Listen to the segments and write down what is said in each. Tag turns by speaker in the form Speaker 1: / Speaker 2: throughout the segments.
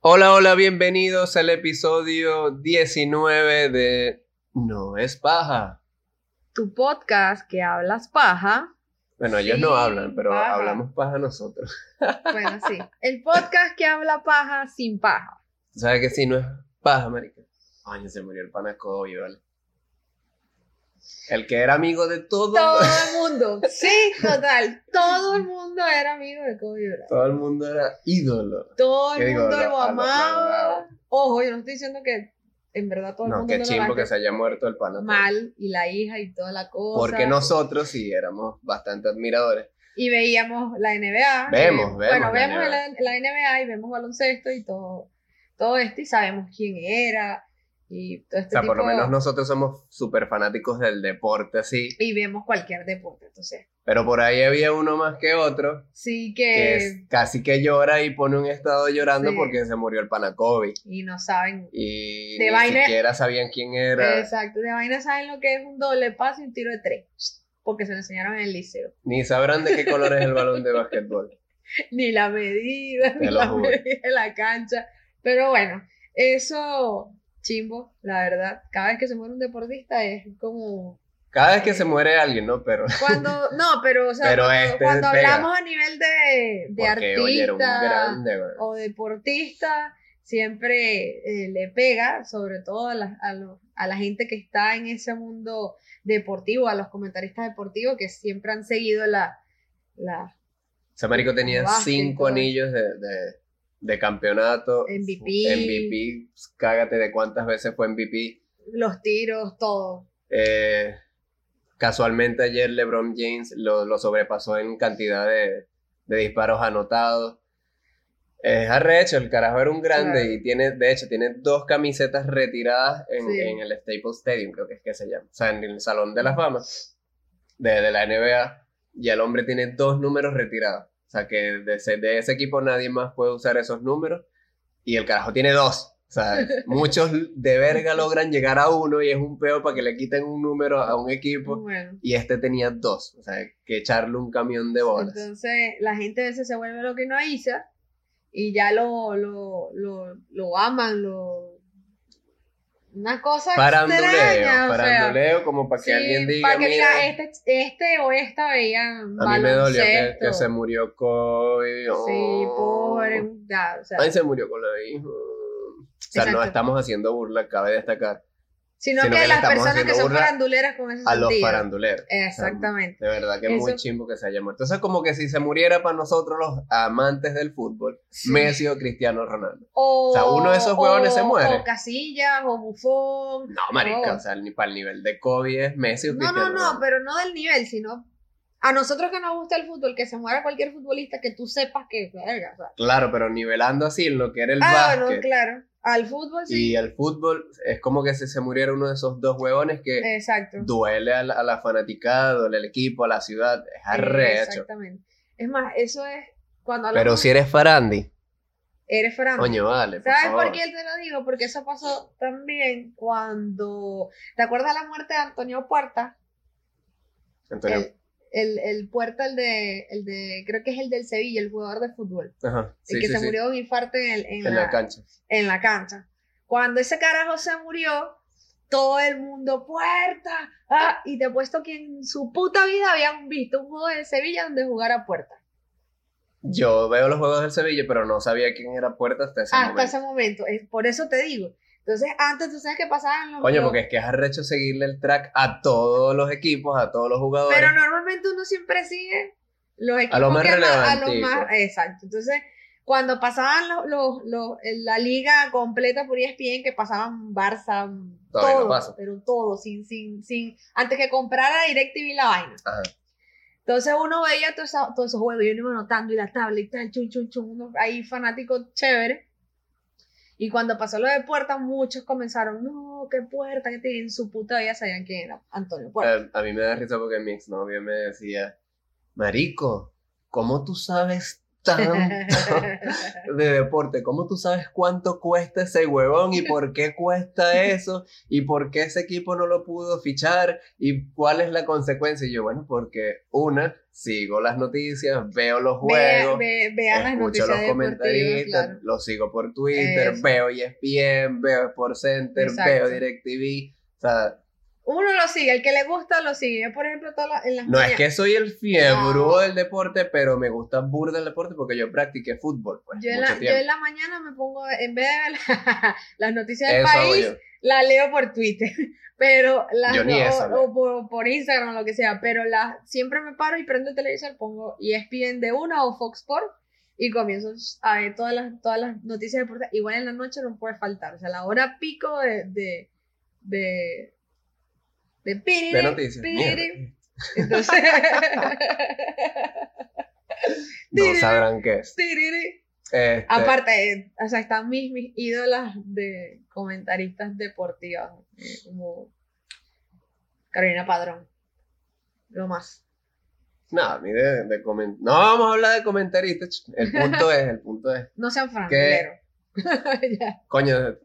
Speaker 1: Hola, hola, bienvenidos al episodio 19 de No es paja.
Speaker 2: Tu podcast que hablas paja.
Speaker 1: Bueno, ellos
Speaker 2: Sí,
Speaker 1: no hablan, pero
Speaker 2: paja.
Speaker 1: hablamos paja nosotros.
Speaker 2: Bueno, sí. El podcast que habla paja sin paja.
Speaker 1: ¿Sabes que si no es paja, marica? Ay, se murió el pana Kobe, vale. El que era amigo de todo.
Speaker 2: Todo el mundo. Sí, total. Todo el mundo era amigo de Kobe Bryant.
Speaker 1: Todo el mundo era ídolo.
Speaker 2: Todo
Speaker 1: Yo
Speaker 2: el
Speaker 1: digo,
Speaker 2: mundo
Speaker 1: lo-
Speaker 2: lo
Speaker 1: a lo- lo-
Speaker 2: amaba. Ojo, yo no estoy diciendo que en verdad todo el
Speaker 1: No,
Speaker 2: mundo
Speaker 1: qué
Speaker 2: lo
Speaker 1: chimbo
Speaker 2: levante
Speaker 1: que se haya muerto el pana.
Speaker 2: mal y la hija y toda la cosa.
Speaker 1: Porque nosotros sí éramos bastante admiradores.
Speaker 2: Y veíamos la NBA.
Speaker 1: Vemos,
Speaker 2: y-
Speaker 1: vemos la
Speaker 2: Bueno, vemos
Speaker 1: NBA.
Speaker 2: la, la NBA y vemos baloncesto y todo, todo esto y sabemos quién era y todo este
Speaker 1: O sea,
Speaker 2: tipo
Speaker 1: por lo menos nosotros somos súper fanáticos del deporte, sí.
Speaker 2: y vemos cualquier deporte, entonces.
Speaker 1: Pero por ahí había uno más que otro.
Speaker 2: Sí
Speaker 1: que
Speaker 2: que
Speaker 1: es- casi que llora y pone un estado llorando
Speaker 2: Eh, Sí.
Speaker 1: porque se murió el panacobi
Speaker 2: y no saben
Speaker 1: y
Speaker 2: De
Speaker 1: ni
Speaker 2: vaina-
Speaker 1: siquiera sabían quién era,
Speaker 2: exacto, de vaina saben lo que es un doble paso y un tiro de tres, porque se lo enseñaron en el liceo.
Speaker 1: ni sabrán de qué color es el balón de basquetbol.
Speaker 2: Ni la medida,
Speaker 1: Te
Speaker 2: ni
Speaker 1: lo
Speaker 2: la
Speaker 1: juro.
Speaker 2: medida de la cancha, pero bueno, eso chimbo, la verdad. Cada vez que se muere un deportista es como
Speaker 1: Cada vez que se muere alguien, ¿no? Pero
Speaker 2: Cuando, no, pero, o sea,
Speaker 1: Pero
Speaker 2: cuando,
Speaker 1: este
Speaker 2: cuando
Speaker 1: pega.
Speaker 2: hablamos a nivel de, de
Speaker 1: porque
Speaker 2: artista
Speaker 1: oye, era un grande, güey.
Speaker 2: o deportista, siempre eh, le pega, sobre todo a la, a, lo- a la gente que está en ese mundo deportivo, a los comentaristas deportivos que siempre han seguido la... la
Speaker 1: O sea, marico tenía
Speaker 2: Básquet,
Speaker 1: cinco
Speaker 2: todo.
Speaker 1: anillos de, de- de campeonato,
Speaker 2: MVP.
Speaker 1: MVP, pues, cágate de cuántas veces fue MVP.
Speaker 2: los tiros, todo.
Speaker 1: Eh, casualmente ayer LeBron James lo, lo sobrepasó en cantidad de, de disparos anotados. Es arrecho, el carajo era un grande
Speaker 2: Claro.
Speaker 1: y tiene, de hecho, tiene dos camisetas retiradas en,
Speaker 2: Sí.
Speaker 1: en el Staples Stadium, creo que es que se llama, o sea, en el Salón de la Fama de, de la NBA, y el hombre tiene dos números retirados. O sea, que de ese, de ese equipo nadie más puede usar esos números, y el carajo tiene dos. O sea, muchos de verga logran llegar a uno y es un peo para que le quiten un número a un equipo.
Speaker 2: Bueno,
Speaker 1: Y este tenía dos, o sea, que echarle un camión de bolas.
Speaker 2: entonces la gente a veces se vuelve lo que no Isa y ya lo, lo, lo, lo aman, lo... Una cosa
Speaker 1: Faranduleo,
Speaker 2: extraña, o sea.
Speaker 1: faranduleo como para que
Speaker 2: Sí,
Speaker 1: alguien diga,
Speaker 2: para que
Speaker 1: mira,
Speaker 2: diga, este, este o esta veían
Speaker 1: a mí me dolió que, que
Speaker 2: baloncesto".
Speaker 1: se murió Kobe. oh.
Speaker 2: Sí, pobre, ya, o sea,
Speaker 1: Ay, se murió con la hija. O sea, no
Speaker 2: Exacto.
Speaker 1: estamos haciendo burla, cabe destacar,
Speaker 2: sino,
Speaker 1: sino
Speaker 2: que,
Speaker 1: que le
Speaker 2: las
Speaker 1: estamos
Speaker 2: personas
Speaker 1: haciendo
Speaker 2: que son
Speaker 1: burla
Speaker 2: faranduleras con ese
Speaker 1: a los
Speaker 2: sentido.
Speaker 1: faranduleros.
Speaker 2: Exactamente.
Speaker 1: De verdad que es muy
Speaker 2: Eso-
Speaker 1: chimbo que se haya muerto. Entonces, como que si se muriera para nosotros los amantes del fútbol,
Speaker 2: Sí.
Speaker 1: Messi o Cristiano Ronaldo.
Speaker 2: O,
Speaker 1: sea, uno de esos huevones se
Speaker 2: o-
Speaker 1: muere.
Speaker 2: O Casillas, o Bufón.
Speaker 1: No, marica,
Speaker 2: No.
Speaker 1: o sea, ni para el nivel de Kobe es Messi o
Speaker 2: No,
Speaker 1: Cristiano
Speaker 2: no, no,
Speaker 1: Ronaldo.
Speaker 2: pero no del nivel, sino a nosotros que nos gusta el fútbol, que se muera cualquier futbolista que tú sepas que verga, o sea.
Speaker 1: Claro, pero nivelando así en lo que era el
Speaker 2: Ah,
Speaker 1: básquet
Speaker 2: bueno, claro. Al fútbol sí.
Speaker 1: y el fútbol, es como que si se muriera uno de esos dos huevones que
Speaker 2: Exacto.
Speaker 1: duele a la, a la fanaticada, duele al equipo, a la ciudad, es arrecho.
Speaker 2: Exactamente. Es más, eso es cuando hablamos
Speaker 1: Pero si eres farandi,
Speaker 2: eres franco.
Speaker 1: coño, vale, por
Speaker 2: Ah. ¿Sabes
Speaker 1: favor.
Speaker 2: por qué te lo digo? Porque eso pasó también cuando. ¿Te acuerdas la muerte de Antonio Puerta?
Speaker 1: Antonio,
Speaker 2: El, el, el Puerta, el de, el de. Creo que es el del Sevilla, el jugador de fútbol.
Speaker 1: ajá, sí,
Speaker 2: el que
Speaker 1: sí,
Speaker 2: se
Speaker 1: sí,
Speaker 2: murió Ah. de un infarto en, el- en
Speaker 1: en la cancha.
Speaker 2: en la cancha. Cuando ese carajo se murió, todo el mundo, puerta. Ah, y te he puesto que en su puta vida habían visto un juego de Sevilla donde jugara puerta.
Speaker 1: Yo veo los juegos del Sevilla, pero no sabía quién era Puerta hasta ese
Speaker 2: hasta
Speaker 1: momento.
Speaker 2: Ah, pues, ese momento. Es, por eso te digo. Entonces, antes tú sabes que pasaban los.
Speaker 1: Coño,
Speaker 2: los-
Speaker 1: porque es que es arrecho seguirle el track a todos los equipos, a todos los jugadores.
Speaker 2: Pero normalmente uno siempre sigue los equipos
Speaker 1: lo más
Speaker 2: que ma- a los
Speaker 1: relevantico.
Speaker 2: más- Exacto. Entonces, cuando pasaban los, los, los- en la liga completa por E ESPN, que pasaban Barça, mm,
Speaker 1: Todavía no
Speaker 2: todo,
Speaker 1: pasa.
Speaker 2: pero todo, sin, sin, sin, antes que comprara DirecTV la vaina.
Speaker 1: Ajá.
Speaker 2: Entonces uno veía todos esos todo esos juegos y uno iba anotando y la tabla y tal, chun, chun, chun, uno ahí fanático chévere. Y cuando pasó lo de Puerta, muchos comenzaron, no, qué Puerta, que tienen su puta vida, sabían quién era Antonio Puerta.
Speaker 1: Eh, a mí me da risa porque mi exnovia me decía, Marico, ¿cómo tú sabes tanto de deporte. ¿Cómo tú sabes cuánto cuesta ese huevón y por qué cuesta eso? ¿Y por qué ese equipo no lo pudo fichar? ¿Y cuál es la consecuencia? Y yo, bueno, porque una, sigo las noticias, veo los
Speaker 2: Vean
Speaker 1: juegos,
Speaker 2: ve, vean las
Speaker 1: escucho
Speaker 2: noticias
Speaker 1: los
Speaker 2: deportivas,
Speaker 1: comentaristas,
Speaker 2: claro.
Speaker 1: los sigo por Twitter,
Speaker 2: Eso.
Speaker 1: veo E ESPN, veo Sport Center,
Speaker 2: Exacto.
Speaker 1: veo DirecTV. O sea,
Speaker 2: Uno lo sigue, el que le gusta lo sigue. Yo, por ejemplo, todas las- en las
Speaker 1: no es
Speaker 2: mañanas-
Speaker 1: que soy el fiebre
Speaker 2: No.
Speaker 1: del deporte, pero me gusta burda el deporte porque yo practiqué fútbol. Pues,
Speaker 2: Yo en,
Speaker 1: mucho
Speaker 2: la, yo
Speaker 1: tiempo.
Speaker 2: en la mañana me pongo, en vez de ver la- las noticias del
Speaker 1: Eso hago
Speaker 2: país,
Speaker 1: yo.
Speaker 2: la leo por Twitter, pero las
Speaker 1: Yo ni
Speaker 2: o-
Speaker 1: eso, ¿no?
Speaker 2: o, por, por Instagram lo que sea, pero las siempre me paro y prendo el televisor, pongo E ESPN de una o Fox Sports y comienzo a ver todas las, todas las noticias deportivas. Igual en la noche no puede faltar, o sea, la hora pico de de de de, piriri,
Speaker 1: de noticias.
Speaker 2: piriri.
Speaker 1: mierda.
Speaker 2: Entonces,
Speaker 1: No sabrán qué es.
Speaker 2: piriri.
Speaker 1: Este,
Speaker 2: Aparte, eh, o sea, están mis, mis ídolas de comentaristas deportivas, eh, como Carolina Padrón, lo más.
Speaker 1: no, a mí de, de comen- no vamos a hablar de comentaristas. ch- El punto es, el punto es.
Speaker 2: No sean franeleros. Ya.
Speaker 1: Coño,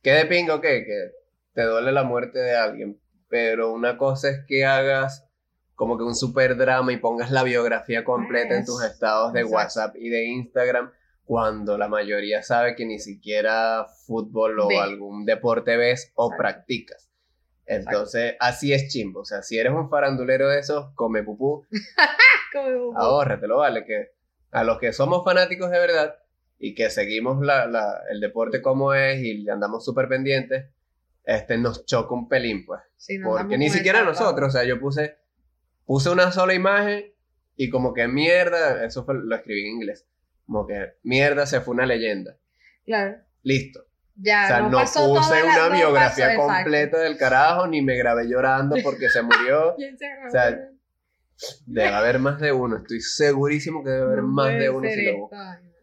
Speaker 1: qué de pingo que, que te duele la muerte de alguien. Pero una cosa es que hagas como que un super drama y pongas la biografía completa en tus
Speaker 2: Eso,
Speaker 1: estados de
Speaker 2: exacto.
Speaker 1: WhatsApp y de Instagram. Cuando la mayoría sabe que ni siquiera fútbol o
Speaker 2: Ve.
Speaker 1: algún deporte ves o
Speaker 2: Exacto.
Speaker 1: practicas. Entonces, así es chimbo. O sea, si eres un farandulero de esos, come pupú.
Speaker 2: Como-
Speaker 1: Ah, ahórratelo, vale, que a los que somos fanáticos de verdad y que seguimos la- la- el deporte como es y andamos súper pendientes, este nos choca un pelín, pues.
Speaker 2: sí, nos
Speaker 1: Porque
Speaker 2: damos
Speaker 1: ni
Speaker 2: cuenta,
Speaker 1: siquiera
Speaker 2: claro.
Speaker 1: nosotros, o sea, yo puse, puse una sola imagen y como que mierda, eso fue- lo escribí en inglés, como que mierda, se fue una leyenda.
Speaker 2: Claro,
Speaker 1: Listo.
Speaker 2: ya
Speaker 1: O sea,
Speaker 2: Ah, no,
Speaker 1: no
Speaker 2: pasó toda
Speaker 1: puse
Speaker 2: la-
Speaker 1: una
Speaker 2: no
Speaker 1: biografía
Speaker 2: pasó, exacto.
Speaker 1: completa del carajo, ni me grabé llorando porque se murió.
Speaker 2: ¿Quién se grabó?
Speaker 1: O sea, Debe haber más de uno, estoy segurísimo que debe haber
Speaker 2: No
Speaker 1: más de
Speaker 2: puede
Speaker 1: uno
Speaker 2: ser
Speaker 1: si lo
Speaker 2: esto,
Speaker 1: busco.
Speaker 2: ay, no.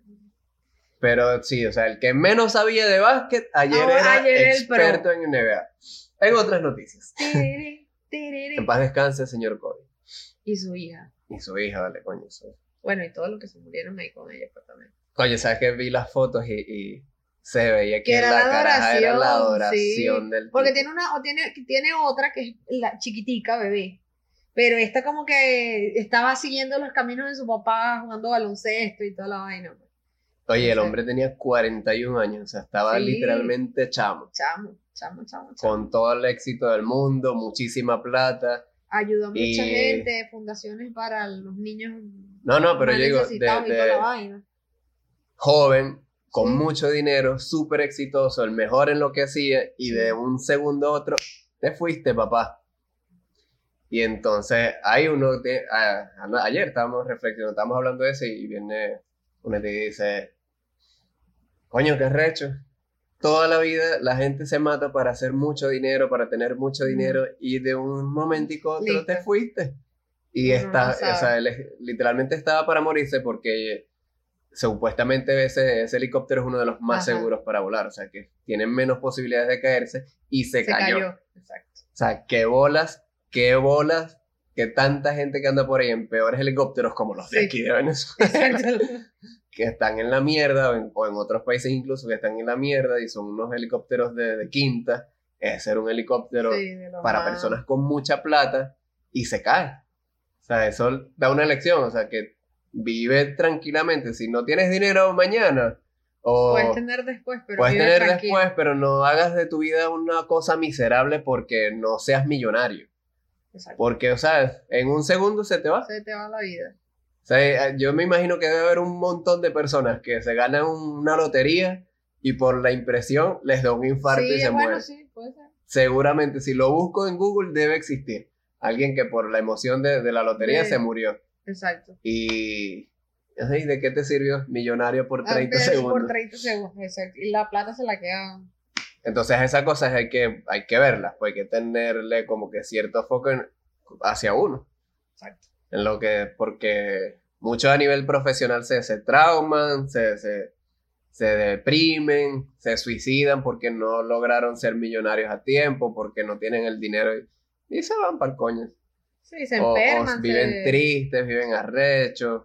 Speaker 1: Pero sí, o sea, el que menos sabía de básquet ayer
Speaker 2: Ahora,
Speaker 1: era
Speaker 2: ayer el pro.
Speaker 1: experto en NBA. En otras noticias.
Speaker 2: Tiriri, tiriri.
Speaker 1: En paz descanse, señor Kobe.
Speaker 2: Y su hija.
Speaker 1: Y su hija, vale, coño. su-
Speaker 2: Bueno, y todos los que se murieron ahí con ella pues, también.
Speaker 1: Coño, ¿sabes que Vi las fotos y, y se veía que
Speaker 2: Que era
Speaker 1: la,
Speaker 2: la
Speaker 1: caraja era la
Speaker 2: adoración, sí.
Speaker 1: adoración del
Speaker 2: Porque
Speaker 1: tipo.
Speaker 2: tiene una, o tiene, tiene otra que es la chiquitica, bebé. Pero esta como que estaba siguiendo los caminos de su papá, jugando baloncesto y toda la vaina. pues.
Speaker 1: Oye, el
Speaker 2: Sí.
Speaker 1: hombre tenía 41 años, o sea, estaba
Speaker 2: Sí.
Speaker 1: literalmente chamo.
Speaker 2: Chamo, chamo, chamo, chamo.
Speaker 1: Con todo el éxito del mundo, muchísima plata.
Speaker 2: Ayudó a mucha
Speaker 1: y-
Speaker 2: gente, fundaciones para los niños
Speaker 1: No, no, pero
Speaker 2: más
Speaker 1: yo digo,
Speaker 2: necesitados
Speaker 1: de-
Speaker 2: y toda la
Speaker 1: de,
Speaker 2: vaina.
Speaker 1: joven, con
Speaker 2: Sí.
Speaker 1: mucho dinero, súper exitoso, el mejor en lo que hacía, y de un segundo a otro, te fuiste, papá. Y entonces, ahí uno, te- a- a- ayer estábamos reflexionando, estábamos hablando de eso, y viene uno y te dice, coño, qué recho. Toda la vida la gente se mata para hacer mucho dinero, para tener mucho
Speaker 2: Mm.
Speaker 1: dinero, y de un momentico a otro
Speaker 2: Listo.
Speaker 1: te fuiste. Y
Speaker 2: Uno
Speaker 1: está,
Speaker 2: no
Speaker 1: o sea,
Speaker 2: sabe.
Speaker 1: él es- literalmente estaba para morirse porque supuestamente ese, ese helicóptero es uno de los más
Speaker 2: Ajá.
Speaker 1: seguros para volar, o sea que tienen menos posibilidades de caerse y se,
Speaker 2: Se
Speaker 1: cayó.
Speaker 2: cayó. Exacto.
Speaker 1: O sea, qué bolas, qué bolas, que tanta gente que anda por ahí en peores helicópteros como los de
Speaker 2: Sí.
Speaker 1: aquí de Venezuela,
Speaker 2: Exacto.
Speaker 1: que están en la mierda o en, o en otros países incluso que están en la mierda y son unos helicópteros de, de quinta, es ser un helicóptero
Speaker 2: Sí, de lo
Speaker 1: para
Speaker 2: más-
Speaker 1: personas con mucha plata y se cae. O sea, eso da una lección, o sea, que vive tranquilamente. Si no tienes dinero mañana o
Speaker 2: Puedes tener después, pero
Speaker 1: puedes
Speaker 2: vive
Speaker 1: tener
Speaker 2: tranquilo.
Speaker 1: después, pero no hagas de tu vida una cosa miserable porque no seas millonario.
Speaker 2: Exacto.
Speaker 1: Porque, o sea, en un segundo se te va.
Speaker 2: Se te va la vida.
Speaker 1: O sea, eh, yo me imagino que debe haber un montón de personas que se ganan una lotería y por la impresión les da un infarto
Speaker 2: sí,
Speaker 1: y se
Speaker 2: bueno,
Speaker 1: mueren
Speaker 2: sí, puede ser.
Speaker 1: seguramente si lo busco en Google debe existir. Alguien que por la emoción de, de la lotería
Speaker 2: Sí.
Speaker 1: se murió.
Speaker 2: Exacto.
Speaker 1: Y... ay, ¿De qué te sirvió? Millonario por
Speaker 2: Ah,
Speaker 1: 30
Speaker 2: pero sí,
Speaker 1: segundos.
Speaker 2: Por 30 segundos, exacto. Y la plata se la queda.
Speaker 1: Entonces esas cosas hay que, hay que verlas, pues hay que tenerle como que cierto foco en- hacia uno.
Speaker 2: Exacto.
Speaker 1: En lo que, porque muchos a nivel profesional se, se trauman, se, se, se deprimen, se suicidan porque no lograron ser millonarios a tiempo, porque no tienen el dinero y, y se van para el coño.
Speaker 2: Sí, se
Speaker 1: O- o
Speaker 2: enferman.
Speaker 1: viven
Speaker 2: se-
Speaker 1: tristes, viven arrechos.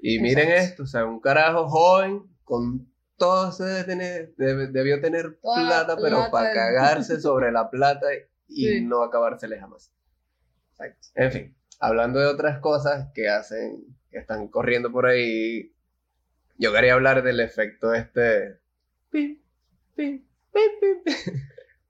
Speaker 1: Y
Speaker 2: Exacto.
Speaker 1: miren esto, o sea, un carajo joven con todo se debe tener- debe- debió tener
Speaker 2: Toda la
Speaker 1: plata, pero
Speaker 2: plata
Speaker 1: para
Speaker 2: del-
Speaker 1: cagarse sobre la plata y
Speaker 2: Sí.
Speaker 1: no acabársele jamás.
Speaker 2: Exacto.
Speaker 1: En fin, hablando de otras cosas que hacen, que están corriendo por ahí, yo quería hablar del efecto este. Pim, pim, pim, pim, pim,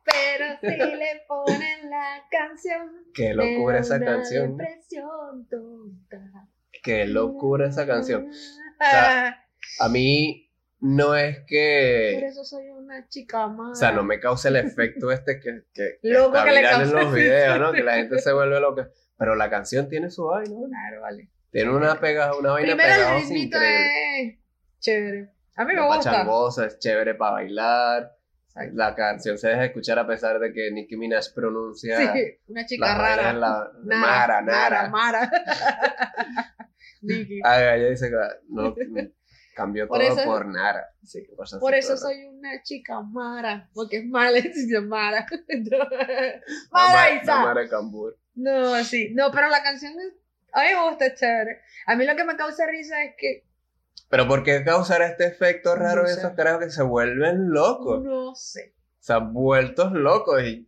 Speaker 2: Pero si le ponen la canción.
Speaker 1: Qué
Speaker 2: me da
Speaker 1: locura esa
Speaker 2: una
Speaker 1: canción.
Speaker 2: depresión tonta.
Speaker 1: Qué locura esa canción.
Speaker 2: Ah,
Speaker 1: A mí no es
Speaker 2: por
Speaker 1: que.
Speaker 2: eso soy una chica mala.
Speaker 1: eh, O sea, no me causa el efecto este que, que, que
Speaker 2: Loco
Speaker 1: está
Speaker 2: que le
Speaker 1: viral en
Speaker 2: causa.
Speaker 1: los videos, ¿no? Que la gente se vuelve loca. Pero la canción tiene su vaina, ¿no?
Speaker 2: Claro, vale.
Speaker 1: Tiene una, pega, una vaina
Speaker 2: Primero el
Speaker 1: pegajosa
Speaker 2: ritmito
Speaker 1: increíble.
Speaker 2: es chévere. A mí me
Speaker 1: La
Speaker 2: gusta.
Speaker 1: pachangosa es chévere para bailar.
Speaker 2: Exacto.
Speaker 1: La canción se deja escuchar a pesar de que Nicki Minaj pronuncia
Speaker 2: Sí, una chica
Speaker 1: las
Speaker 2: rara.
Speaker 1: vainas, la Mara,
Speaker 2: Nara,
Speaker 1: Nara.
Speaker 2: Mara. Nicki.
Speaker 1: Ah, ella dice que no, mm, cambió
Speaker 2: Por
Speaker 1: todo
Speaker 2: eso-
Speaker 1: por Nara. Sí, cosas así
Speaker 2: Por eso
Speaker 1: todas.
Speaker 2: soy una chica Mara, porque es mala, es Mara.
Speaker 1: La Ma-
Speaker 2: Mara Isa.
Speaker 1: la Mara Cambur.
Speaker 2: No, sí, no, pero la canción es- a mí me gusta, es chévere. A mí lo que me causa risa es que
Speaker 1: Pero ¿por qué causar este efecto raro
Speaker 2: No
Speaker 1: de
Speaker 2: sé.
Speaker 1: esos carajos que se vuelven locos? O
Speaker 2: no sé.
Speaker 1: sea, vueltos locos. Y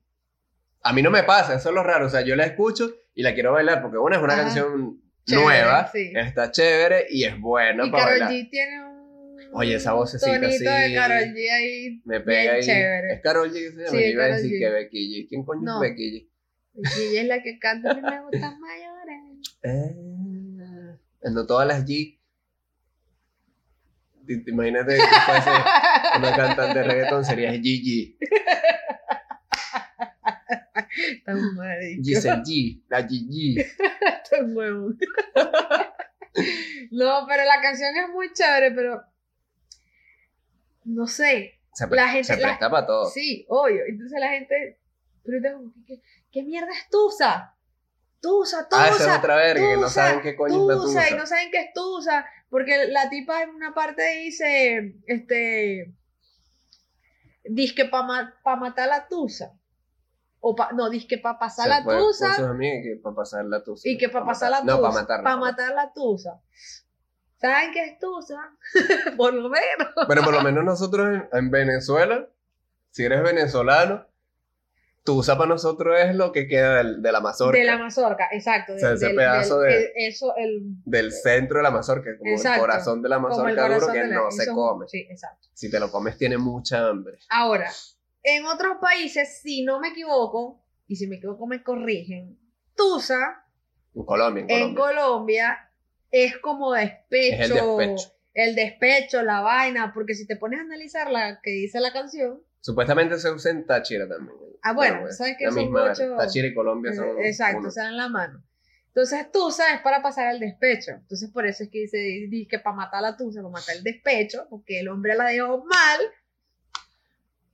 Speaker 1: a mí no me pasa, eso es lo raro. O sea, yo la escucho y la quiero bailar porque, bueno, es una
Speaker 2: Ajá.
Speaker 1: canción
Speaker 2: Chévere,
Speaker 1: nueva,
Speaker 2: sí.
Speaker 1: está chévere y es buena
Speaker 2: y
Speaker 1: para
Speaker 2: Karol
Speaker 1: bailar.
Speaker 2: G tiene un
Speaker 1: Oye, esa vocecita
Speaker 2: tonito
Speaker 1: así,
Speaker 2: de Karol G ahí.
Speaker 1: Me pega
Speaker 2: bien
Speaker 1: ahí.
Speaker 2: chévere.
Speaker 1: Es Carol G, que se llama.
Speaker 2: Sí,
Speaker 1: Yo
Speaker 2: es
Speaker 1: iba a
Speaker 2: Karol
Speaker 1: decir
Speaker 2: G.
Speaker 1: que Becky G. ¿Quién coño
Speaker 2: No.
Speaker 1: es Becky G?
Speaker 2: Y ella es la que canta, a mí me gustan mayores.
Speaker 1: Eh, no todas las G. Te- te- Imagínate que fuese una cantante de reggaeton, sería Gigi.
Speaker 2: Tan marico,
Speaker 1: Giselle G. La Gigi.
Speaker 2: tan huevón. No, pero la canción es muy chévere, pero no sé,
Speaker 1: Se, pre-
Speaker 2: La gente-
Speaker 1: se
Speaker 2: la-
Speaker 1: presta para todo.
Speaker 2: Sí, obvio. Entonces la gente. Pero yo tengo, ¿qué, qué, qué mierda es Tusa? Tusa, Tusa.
Speaker 1: ah, esa es otra verga, que no
Speaker 2: tusa,
Speaker 1: saben qué coño es la
Speaker 2: Tusa, y
Speaker 1: tusa.
Speaker 2: no saben qué es Tusa. Porque la tipa en una parte dice. Este. Disque para matar la Tusa. O pa, no, disque para pasar
Speaker 1: Se
Speaker 2: la
Speaker 1: fue pues,
Speaker 2: Tusa.
Speaker 1: Con sus amigas que para pasar la tusa.
Speaker 2: Y que para
Speaker 1: Pa'
Speaker 2: pasar la
Speaker 1: matar-
Speaker 2: tusa.
Speaker 1: No, para matarla.
Speaker 2: Para
Speaker 1: pa' matar.
Speaker 2: matar la tusa. ¿Saben qué es tusa? Por lo menos.
Speaker 1: Pero por lo menos nosotros en, en Venezuela, si eres venezolano, tusa para nosotros es lo que queda del, de la mazorca.
Speaker 2: De la mazorca, exacto.
Speaker 1: O sea,
Speaker 2: de-
Speaker 1: ese
Speaker 2: del-
Speaker 1: pedazo
Speaker 2: del-
Speaker 1: de-
Speaker 2: el- eso, el
Speaker 1: Del centro de la mazorca, como el
Speaker 2: Exacto,
Speaker 1: corazón de la
Speaker 2: como el
Speaker 1: mazorca
Speaker 2: corazón
Speaker 1: duro que
Speaker 2: de la-
Speaker 1: no se
Speaker 2: eso-
Speaker 1: come.
Speaker 2: Sí, exacto.
Speaker 1: Si te lo comes, tiene mucha hambre.
Speaker 2: Ahora, en otros países, si no me equivoco, y si me equivoco me corrigen, Tusa
Speaker 1: En Colombia, en
Speaker 2: en
Speaker 1: Colombia.
Speaker 2: Colombia es como despecho.
Speaker 1: Es el despecho.
Speaker 2: el despecho, la vaina, porque si te pones a analizar la que dice la canción,
Speaker 1: Supuestamente se usa en Táchira también.
Speaker 2: ah, bueno, sabes que
Speaker 1: La
Speaker 2: son
Speaker 1: misma,
Speaker 2: mucho-
Speaker 1: Táchira y Colombia son
Speaker 2: eh, exacto,
Speaker 1: uno.
Speaker 2: se dan la mano. Entonces, Tusa es para pasar el despecho. Entonces, por eso es que dice, dice que para matar la Tusa, para matar el despecho, porque el hombre la dejó mal,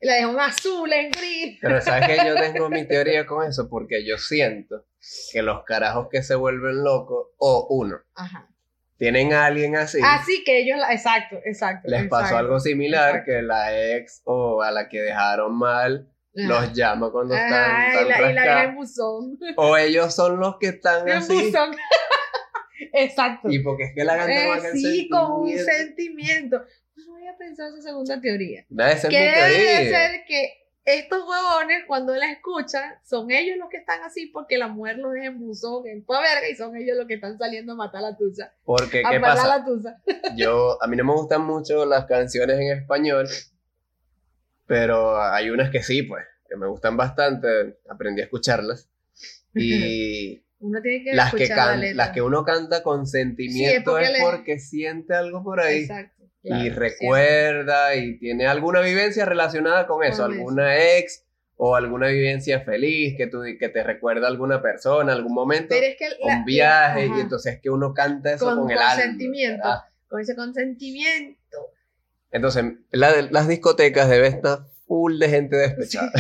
Speaker 2: la dejó en azul, en gris.
Speaker 1: Pero sabes que yo tengo mi teoría con eso, porque yo siento que los carajos que se vuelven locos, o uno,
Speaker 2: Ajá.
Speaker 1: tienen a alguien así,
Speaker 2: Así que ellos, la- exacto, exacto.
Speaker 1: les
Speaker 2: Ah, exacto.
Speaker 1: pasó algo similar,
Speaker 2: exacto.
Speaker 1: que la ex o a la que dejaron mal
Speaker 2: Ajá.
Speaker 1: los llama cuando
Speaker 2: Ajá,
Speaker 1: están
Speaker 2: y
Speaker 1: tan
Speaker 2: la, y la vieja
Speaker 1: rascados.
Speaker 2: en buzón.
Speaker 1: O ellos son los que están
Speaker 2: En
Speaker 1: así.
Speaker 2: buzón. exacto.
Speaker 1: Y porque es que la gente
Speaker 2: Eh,
Speaker 1: con aquel
Speaker 2: sí, con un
Speaker 1: sentimiento.
Speaker 2: sentimiento. No había pensado esa segunda teoría.
Speaker 1: Nada, esa es
Speaker 2: que
Speaker 1: mi
Speaker 2: debe de
Speaker 1: teoría.
Speaker 2: ser que estos huevones, cuando la escuchan, son ellos los que están así porque la mujer los deja en buzón, en pa' verga, y son ellos los que están saliendo a matar la tusa.
Speaker 1: Porque,
Speaker 2: a
Speaker 1: ¿qué
Speaker 2: parar
Speaker 1: pasa?
Speaker 2: la tusa.
Speaker 1: Yo, a mí no me gustan mucho las canciones en español, pero hay unas que sí, pues, que me gustan bastante. Aprendí a escucharlas. Y
Speaker 2: Uno tiene que
Speaker 1: las, que
Speaker 2: escuchar
Speaker 1: can-
Speaker 2: la letra.
Speaker 1: las que uno canta con sentimiento
Speaker 2: porque
Speaker 1: es
Speaker 2: le-
Speaker 1: porque siente algo por ahí.
Speaker 2: Exacto.
Speaker 1: y
Speaker 2: claro,
Speaker 1: recuerda y tiene alguna vivencia relacionada con eso,
Speaker 2: Con eso.
Speaker 1: alguna ex o alguna vivencia feliz que, tú, que te recuerda a alguna persona, algún momento,
Speaker 2: Pero es que
Speaker 1: o
Speaker 2: la-
Speaker 1: un viaje,
Speaker 2: ajá.
Speaker 1: y entonces es que uno canta eso con,
Speaker 2: Con-
Speaker 1: el
Speaker 2: con
Speaker 1: alma.
Speaker 2: sentimiento.
Speaker 1: ¿verdad?
Speaker 2: con ese consentimiento.
Speaker 1: Entonces, la de- las discotecas deben estar full de gente despechada.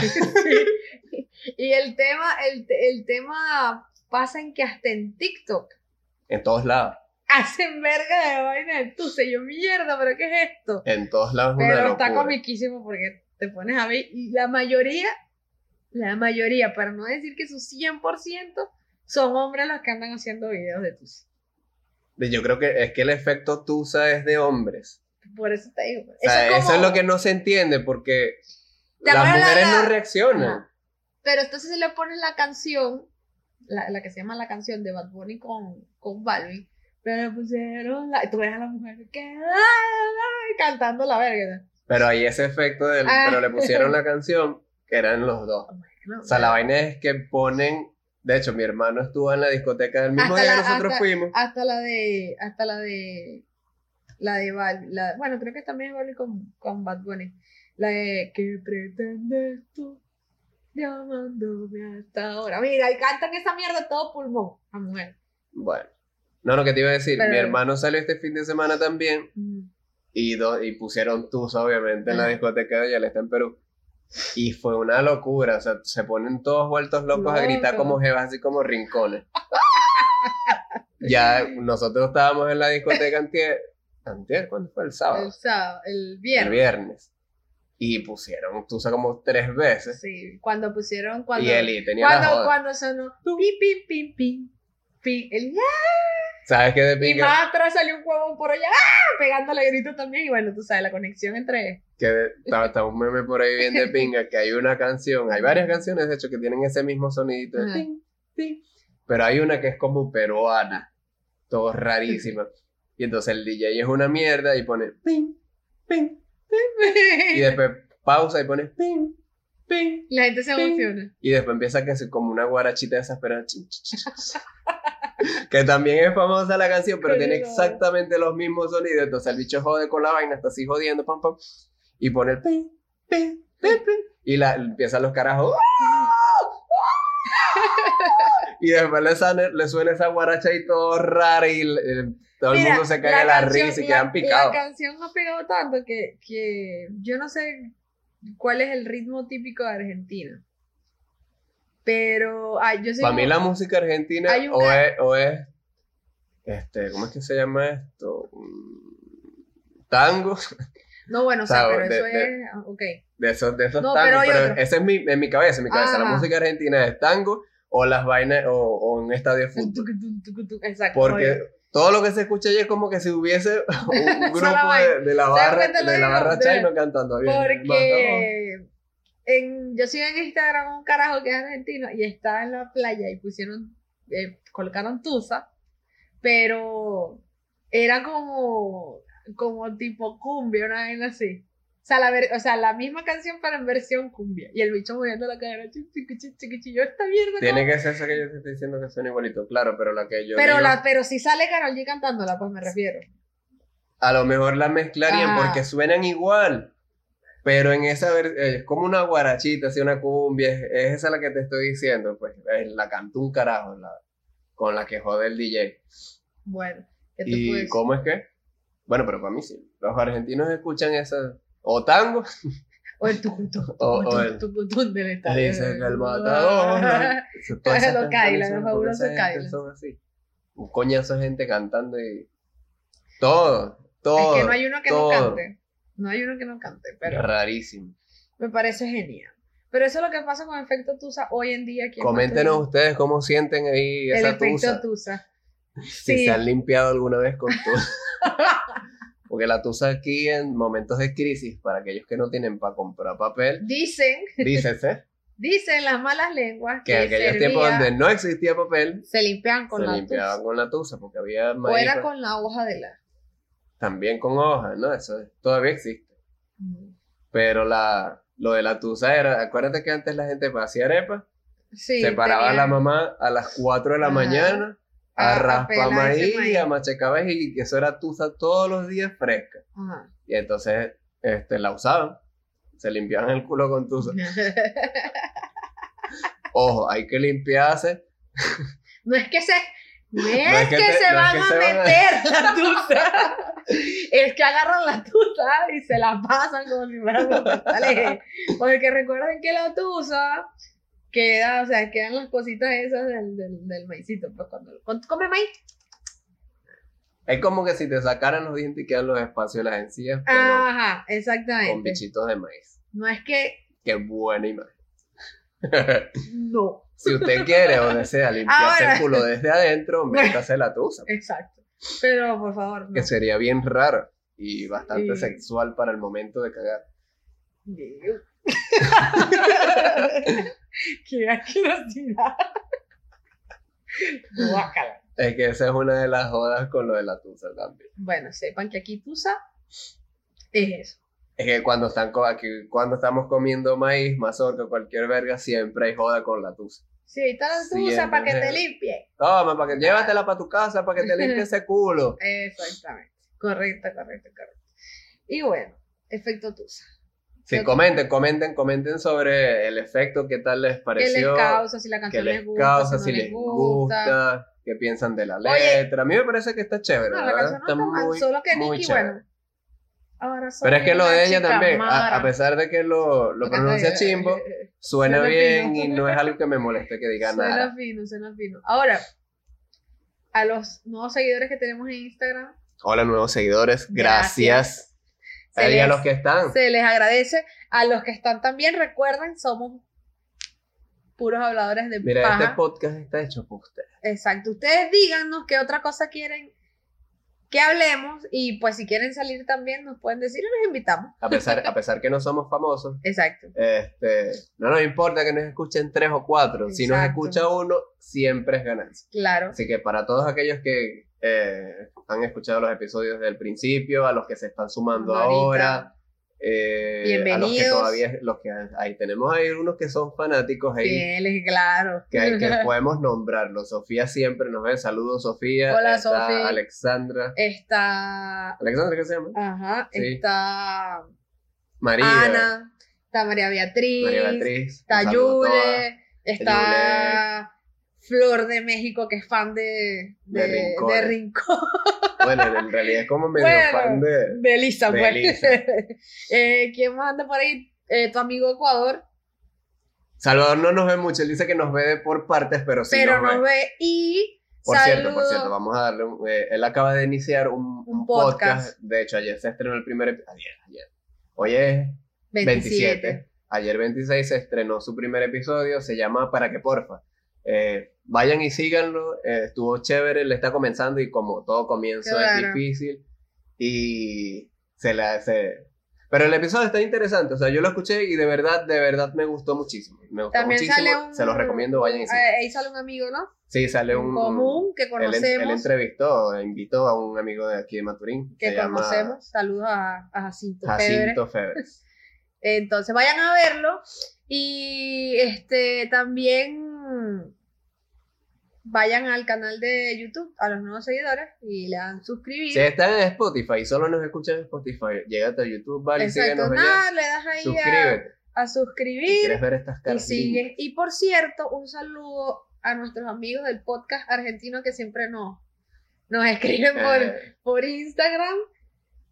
Speaker 2: Y el tema, el, te- el tema pasa en que hasta en TikTok
Speaker 1: En todos lados,
Speaker 2: hacen verga de vaina de tusa. Y Yo, mierda, pero ¿qué es esto?
Speaker 1: en todos lados es una
Speaker 2: Pero
Speaker 1: locura.
Speaker 2: está comiquísimo porque te pones a ver y la mayoría, la mayoría, para no decir que su 100%, son hombres los que andan haciendo videos de tusa.
Speaker 1: Yo creo que es que el efecto Tusa es de hombres.
Speaker 2: Por eso te digo.
Speaker 1: O sea, eso, es
Speaker 2: como-
Speaker 1: lo que no se entiende porque
Speaker 2: ¿Te
Speaker 1: las
Speaker 2: acuerdas la-
Speaker 1: mujeres no
Speaker 2: la-
Speaker 1: reaccionan.
Speaker 2: Ajá. Pero entonces si le pones la canción, la, la que se llama la canción de Bad Bunny con, con Balvin, pero le pusieron la... Y tú ves a la mujer que... "Ah, ay, Cantando la verga.
Speaker 1: Pero ahí ese efecto del...
Speaker 2: Ah.
Speaker 1: Pero le pusieron la canción que eran los dos.
Speaker 2: ¿no?
Speaker 1: O sea, la vaina es que ponen... De hecho, mi hermano estuvo en la discoteca del mismo
Speaker 2: Hasta
Speaker 1: día que
Speaker 2: la-
Speaker 1: nosotros
Speaker 2: hasta-
Speaker 1: fuimos.
Speaker 2: Hasta la de... Hasta la de... La de Balvin. la- bueno, creo que también es Balvin con, con Bad Bunny. La de... ¿Qué pretendes tú? Llamándome hasta ahora. Mira, y cantan esa mierda a todo pulmón. A mujer.
Speaker 1: Bueno. No, no, que te iba a decir,
Speaker 2: Pero-
Speaker 1: mi hermano salió este fin de semana también
Speaker 2: Mm.
Speaker 1: y, do- y pusieron Tusa, obviamente, en la
Speaker 2: Ajá.
Speaker 1: discoteca de ella, está en Perú. Y fue una locura, o sea, se ponen todos vueltos locos a gritar
Speaker 2: Loco.
Speaker 1: como jevas, así como rincones. ya nosotros estábamos en la discoteca antier, ¿antier? ¿Cuándo fue? El sábado.
Speaker 2: El sábado, el
Speaker 1: El
Speaker 2: viernes.
Speaker 1: viernes. Y pusieron Tusa como tres veces.
Speaker 2: Sí, cuando pusieron, cuando,
Speaker 1: y Eli tenía la
Speaker 2: cuando,
Speaker 1: joda.
Speaker 2: cuando sonó, pim, pim, pim, pim, pim, el ya,
Speaker 1: ¿Sabes qué de
Speaker 2: y
Speaker 1: pinga?
Speaker 2: más atrás salió un huevón por allá, ¡ah! pegándole grito también, y bueno, tú sabes, la conexión entre,
Speaker 1: que está, está un meme por ahí bien de pinga, que hay una canción, hay varias canciones de hecho que tienen ese mismo sonidito, de
Speaker 2: Ajá.
Speaker 1: ting, ting, pero hay una que es como peruana, todo rarísima. Y entonces el DJ es una mierda y pone ping, ping, y después pausa y pone ping, ping,
Speaker 2: la gente se
Speaker 1: Pim.
Speaker 2: emociona,
Speaker 1: y después empieza que es como una guarachita desesperada. chin, chin, chin, chin. Que también es famosa la canción, pero tiene
Speaker 2: Pero-
Speaker 1: exactamente los mismos sonidos. Entonces el bicho jode con la vaina, está así jodiendo, pam, pam. Y pone el pin, pin, pin, pin. Y la, empiezan los carajos. "¡Ah! ¡Ah!". Y después le, sale- le suena esa guaracha y todo rara y eh, todo el
Speaker 2: Mira,
Speaker 1: mundo se cae de la
Speaker 2: canción-
Speaker 1: risa y
Speaker 2: la-
Speaker 1: quedan picados.
Speaker 2: La canción ha pegado tanto que, que yo no sé cuál es el ritmo típico de Argentina, pero, ay, yo soy
Speaker 1: Para mí
Speaker 2: como-
Speaker 1: la música argentina
Speaker 2: Hay
Speaker 1: o,
Speaker 2: una-
Speaker 1: es, o es, este, ¿cómo es que se llama esto? Mm, Tango,
Speaker 2: no, bueno, o
Speaker 1: o sea,
Speaker 2: sea, pero
Speaker 1: de-
Speaker 2: eso
Speaker 1: de-
Speaker 2: es, ah, ok,
Speaker 1: de esos, de esos
Speaker 2: No,
Speaker 1: tangos,
Speaker 2: pero hay
Speaker 1: pero,
Speaker 2: otro.
Speaker 1: esa es mi, en mi cabeza, en mi cabeza, la
Speaker 2: Ajá.
Speaker 1: música argentina es tango o las vainas o, o un estadio de fútbol,
Speaker 2: Tucu, tucu, tucu, tucu, exacto,
Speaker 1: porque
Speaker 2: oye.
Speaker 1: todo lo que se escucha ahí es como que si hubiese un grupo de,
Speaker 2: vaina.
Speaker 1: de la
Speaker 2: ¿Sabes por
Speaker 1: barra,
Speaker 2: qué te lo
Speaker 1: de la
Speaker 2: digo?
Speaker 1: barra
Speaker 2: De-
Speaker 1: Chaino cantando bien. matamos.
Speaker 2: Porque en, yo sigo en Instagram un carajo que es argentino y estaba en la playa y pusieron, eh, colocaron Tusa, pero era como, como tipo cumbia, una vaina así. O sea, la ver- o sea, la misma canción pero en versión cumbia. Y el bicho moviendo la cadera. chi, chi, chi, chi, chi, chi, Yo esta mierda.
Speaker 1: Tiene
Speaker 2: ¿cómo?
Speaker 1: que ser eso que yo te estoy diciendo que suena igualito, claro, pero la que yo
Speaker 2: Pero,
Speaker 1: digo-
Speaker 2: la, pero si sale Karol G cantándola, pues me refiero.
Speaker 1: A lo mejor la mezclarían
Speaker 2: Ajá.
Speaker 1: porque suenan igual. Pero en esa ver- eh, es como una guarachita, así una cumbia, es, es esa la que te estoy diciendo, pues eh, la cantó un carajo la- con la que jode el DJ.
Speaker 2: Bueno, ¿qué te puedo
Speaker 1: ¿Y
Speaker 2: decir?
Speaker 1: cómo es que? Bueno, pero para mí sí. Los argentinos escuchan esa o tango
Speaker 2: O el tucutu.
Speaker 1: o, o Oh, el
Speaker 2: del estadio.
Speaker 1: dicen el matador. ¿no? Todas esas canciones
Speaker 2: Los Kailas,
Speaker 1: son-
Speaker 2: los
Speaker 1: porque
Speaker 2: fabulosos
Speaker 1: esa gente
Speaker 2: Kailas.
Speaker 1: son así. Un coñazo de gente cantando y todo, todo.
Speaker 2: Es que no hay uno que
Speaker 1: todo.
Speaker 2: no cante. No hay uno que no cante, pero
Speaker 1: rarísimo.
Speaker 2: me parece genial. Pero eso es lo que pasa con Efecto Tusa hoy en día. aquí en
Speaker 1: Coméntenos
Speaker 2: Puerto
Speaker 1: ustedes cómo sienten ahí
Speaker 2: Rico. El
Speaker 1: esa
Speaker 2: Efecto
Speaker 1: tusa.
Speaker 2: Tusa.
Speaker 1: Si
Speaker 2: sí.
Speaker 1: se han limpiado alguna vez con tusa. Porque la tusa aquí en momentos de crisis, para aquellos que no tienen para comprar papel,
Speaker 2: Dicen,
Speaker 1: dícese
Speaker 2: dicen las malas lenguas
Speaker 1: que
Speaker 2: que,
Speaker 1: en aquellos
Speaker 2: servía-
Speaker 1: tiempos donde no existía papel,
Speaker 2: se limpiaban con
Speaker 1: se
Speaker 2: la
Speaker 1: limpiaban
Speaker 2: tusa.
Speaker 1: con la tusa, porque había
Speaker 2: O
Speaker 1: maíz
Speaker 2: era con la hoja de la.
Speaker 1: también con hojas, ¿no? Eso es- todavía existe. Pero la, lo de la tusa era, acuérdate que antes la gente hacía arepa,
Speaker 2: Sí,
Speaker 1: se paraba
Speaker 2: tenía-
Speaker 1: la mamá a las 4 de la
Speaker 2: Ajá.
Speaker 1: mañana a,
Speaker 2: A- a
Speaker 1: raspar
Speaker 2: pelar
Speaker 1: maíz,
Speaker 2: ese maíz.
Speaker 1: a machacar maíz, y que eso era tusa todos los días fresca.
Speaker 2: Ajá.
Speaker 1: Y entonces este, la usaban, se limpiaban el culo con tusa. Ojo, hay que limpiarse.
Speaker 2: No es que se. No es, que, se
Speaker 1: te- no es
Speaker 2: van
Speaker 1: que
Speaker 2: a
Speaker 1: se van a-
Speaker 2: meter la tusa. es que agarran la tusa y se la pasan como si fueran los portales. Porque recuerden que la tusa queda, o sea, quedan las cositas esas del, del, del maicito. Pues cuando, cuando come maíz.
Speaker 1: Es como que si te sacaran los dientes y quedan los espacios de las encías, pero
Speaker 2: Ajá,
Speaker 1: con
Speaker 2: exactamente.
Speaker 1: bichitos de maíz.
Speaker 2: No es que.
Speaker 1: Qué buena imagen.
Speaker 2: No.
Speaker 1: si usted quiere o desea limpiarse
Speaker 2: Ahora.
Speaker 1: el culo desde adentro, métase la tusa.
Speaker 2: Exacto. Pero por favor, no.
Speaker 1: que sería bien rara y bastante
Speaker 2: Sí.
Speaker 1: sexual para el momento de cagar.
Speaker 2: Qué asquerosidad. Guácala.
Speaker 1: Es que esa es una de las jodas con lo de la tusa también.
Speaker 2: Bueno, sepan que aquí Tusa es eso.
Speaker 1: Es que cuando, están co- aquí, cuando estamos comiendo maíz, mazorca, cualquier verga, siempre hay joda con la tusa.
Speaker 2: Sí, ahí está la
Speaker 1: Siempre.
Speaker 2: Tusa para que te limpie.
Speaker 1: Toma, para que, llévatela para tu casa, para que te limpie ese culo.
Speaker 2: Exactamente. Correcto, correcto, correcto. Y bueno, efecto Tusa.
Speaker 1: Sí, comenten, comenten, comenten sobre el efecto, qué tal les
Speaker 2: ¿Qué les
Speaker 1: pareció.
Speaker 2: causa? Si la
Speaker 1: que
Speaker 2: canción
Speaker 1: les
Speaker 2: les gusta.
Speaker 1: causa,
Speaker 2: no
Speaker 1: si les gusta, qué piensan de la
Speaker 2: Oye.
Speaker 1: letra. A mí me parece que está chévere,
Speaker 2: No,
Speaker 1: la
Speaker 2: la
Speaker 1: ¿verdad?
Speaker 2: canción no
Speaker 1: Está
Speaker 2: está mal,
Speaker 1: muy...
Speaker 2: solo que
Speaker 1: muy
Speaker 2: Nicki,
Speaker 1: chévere.
Speaker 2: bueno. Ahora soy
Speaker 1: Pero es que lo
Speaker 2: una
Speaker 1: de ella
Speaker 2: chica
Speaker 1: también,
Speaker 2: mala.
Speaker 1: a, a pesar de que lo, lo pronuncia chimbo, suena
Speaker 2: suena
Speaker 1: bien
Speaker 2: fino.
Speaker 1: y no es algo que me moleste que diga
Speaker 2: Suena
Speaker 1: nada.
Speaker 2: fino, suena fino. Ahora, a los nuevos seguidores que tenemos en Instagram,
Speaker 1: Hola, nuevos seguidores, gracias.
Speaker 2: Gracias. se
Speaker 1: Ahí
Speaker 2: les,
Speaker 1: a los que están.
Speaker 2: se les agradece. A los que están también, recuerden, somos puros habladores de
Speaker 1: Mira,
Speaker 2: paja.
Speaker 1: este podcast está hecho por ustedes.
Speaker 2: Exacto. Ustedes díganos qué otra cosa quieren que hablemos y pues si quieren salir también nos pueden decir y los invitamos.
Speaker 1: A pesar, a pesar que no somos famosos,
Speaker 2: Exacto.
Speaker 1: este, no nos importa que nos escuchen tres o cuatro. Si nos
Speaker 2: Exacto.
Speaker 1: escucha uno, siempre es ganancia.
Speaker 2: Claro.
Speaker 1: Así que para todos aquellos que eh, han escuchado los episodios del principio, a los que se están sumando
Speaker 2: Ahorita.
Speaker 1: ahora, eh, a los que
Speaker 2: Bienvenidos.
Speaker 1: todavía, los que ahí tenemos ahí unos que son fanáticos ahí,
Speaker 2: Fieles, claro.
Speaker 1: que, hay- que podemos nombrarlos. Sofía siempre nos ve, saludos Sofía.
Speaker 2: Hola,
Speaker 1: Está
Speaker 2: Sofi.
Speaker 1: Alexandra.
Speaker 2: Está.
Speaker 1: Alexandra, ¿qué se llama?
Speaker 2: Ajá.
Speaker 1: Sí.
Speaker 2: Está
Speaker 1: María.
Speaker 2: Ana. Está María Beatriz.
Speaker 1: María Beatriz. un
Speaker 2: Está
Speaker 1: saludo a todas.
Speaker 2: Yule. Está. Flor de México, que es fan de,
Speaker 1: De
Speaker 2: de, de Rincón.
Speaker 1: Rincón. Bueno, en realidad es como medio
Speaker 2: Bueno.
Speaker 1: fan de...
Speaker 2: De Elisa,
Speaker 1: De
Speaker 2: pues.
Speaker 1: Elisa.
Speaker 2: Eh, ¿Quién más anda por ahí? Eh, tu amigo Ecuador.
Speaker 1: Salvador no nos ve mucho, él dice que nos ve de por partes, pero sí
Speaker 2: pero
Speaker 1: nos ve.
Speaker 2: nos ve y
Speaker 1: Por
Speaker 2: saludo.
Speaker 1: cierto, por cierto, vamos a darle un, eh, él acaba de iniciar un,
Speaker 2: Un
Speaker 1: un podcast.
Speaker 2: podcast.
Speaker 1: De hecho, ayer se estrenó el primer episodio. Ayer, ayer. Hoy es 27.
Speaker 2: 27.
Speaker 1: Ayer 26 se estrenó su primer episodio. Se llama Para que porfa. Eh, vayan y síganlo. eh, estuvo chévere. Le está comenzando y como todo comienzo
Speaker 2: Claro.
Speaker 1: es difícil. Y se le hace... Pero el episodio está interesante. O sea, yo lo escuché y de verdad, de verdad me gustó muchísimo. Me gustó
Speaker 2: También
Speaker 1: muchísimo.
Speaker 2: sale un.
Speaker 1: Se los recomiendo. Vayan y
Speaker 2: eh,
Speaker 1: síganlo.
Speaker 2: Ahí sale un amigo, ¿no?
Speaker 1: Sí, sale un...
Speaker 2: común que
Speaker 1: Él, en- él
Speaker 2: conocemos.
Speaker 1: entrevistó, invitó a un amigo de aquí de Maturín.
Speaker 2: que
Speaker 1: se llama
Speaker 2: conocemos. Saludos a, a Jacinto, Febres.
Speaker 1: Jacinto Febres.
Speaker 2: Entonces vayan a verlo. Y este también vayan al canal de YouTube, a los nuevos seguidores, y le dan suscribir.
Speaker 1: Si están en Spotify, solo nos escuchan en Spotify, llégate a YouTube, vale, y
Speaker 2: Exacto,
Speaker 1: síguenos
Speaker 2: nada,
Speaker 1: allá.
Speaker 2: le das ahí a,
Speaker 1: Suscríbete.
Speaker 2: a
Speaker 1: Si
Speaker 2: suscribir
Speaker 1: quieres ver estas Eh,
Speaker 2: y
Speaker 1: caras lindas.
Speaker 2: sigues. Y por cierto, un saludo a nuestros amigos del podcast argentino que siempre nos, nos escriben por,
Speaker 1: Eh,
Speaker 2: por Instagram.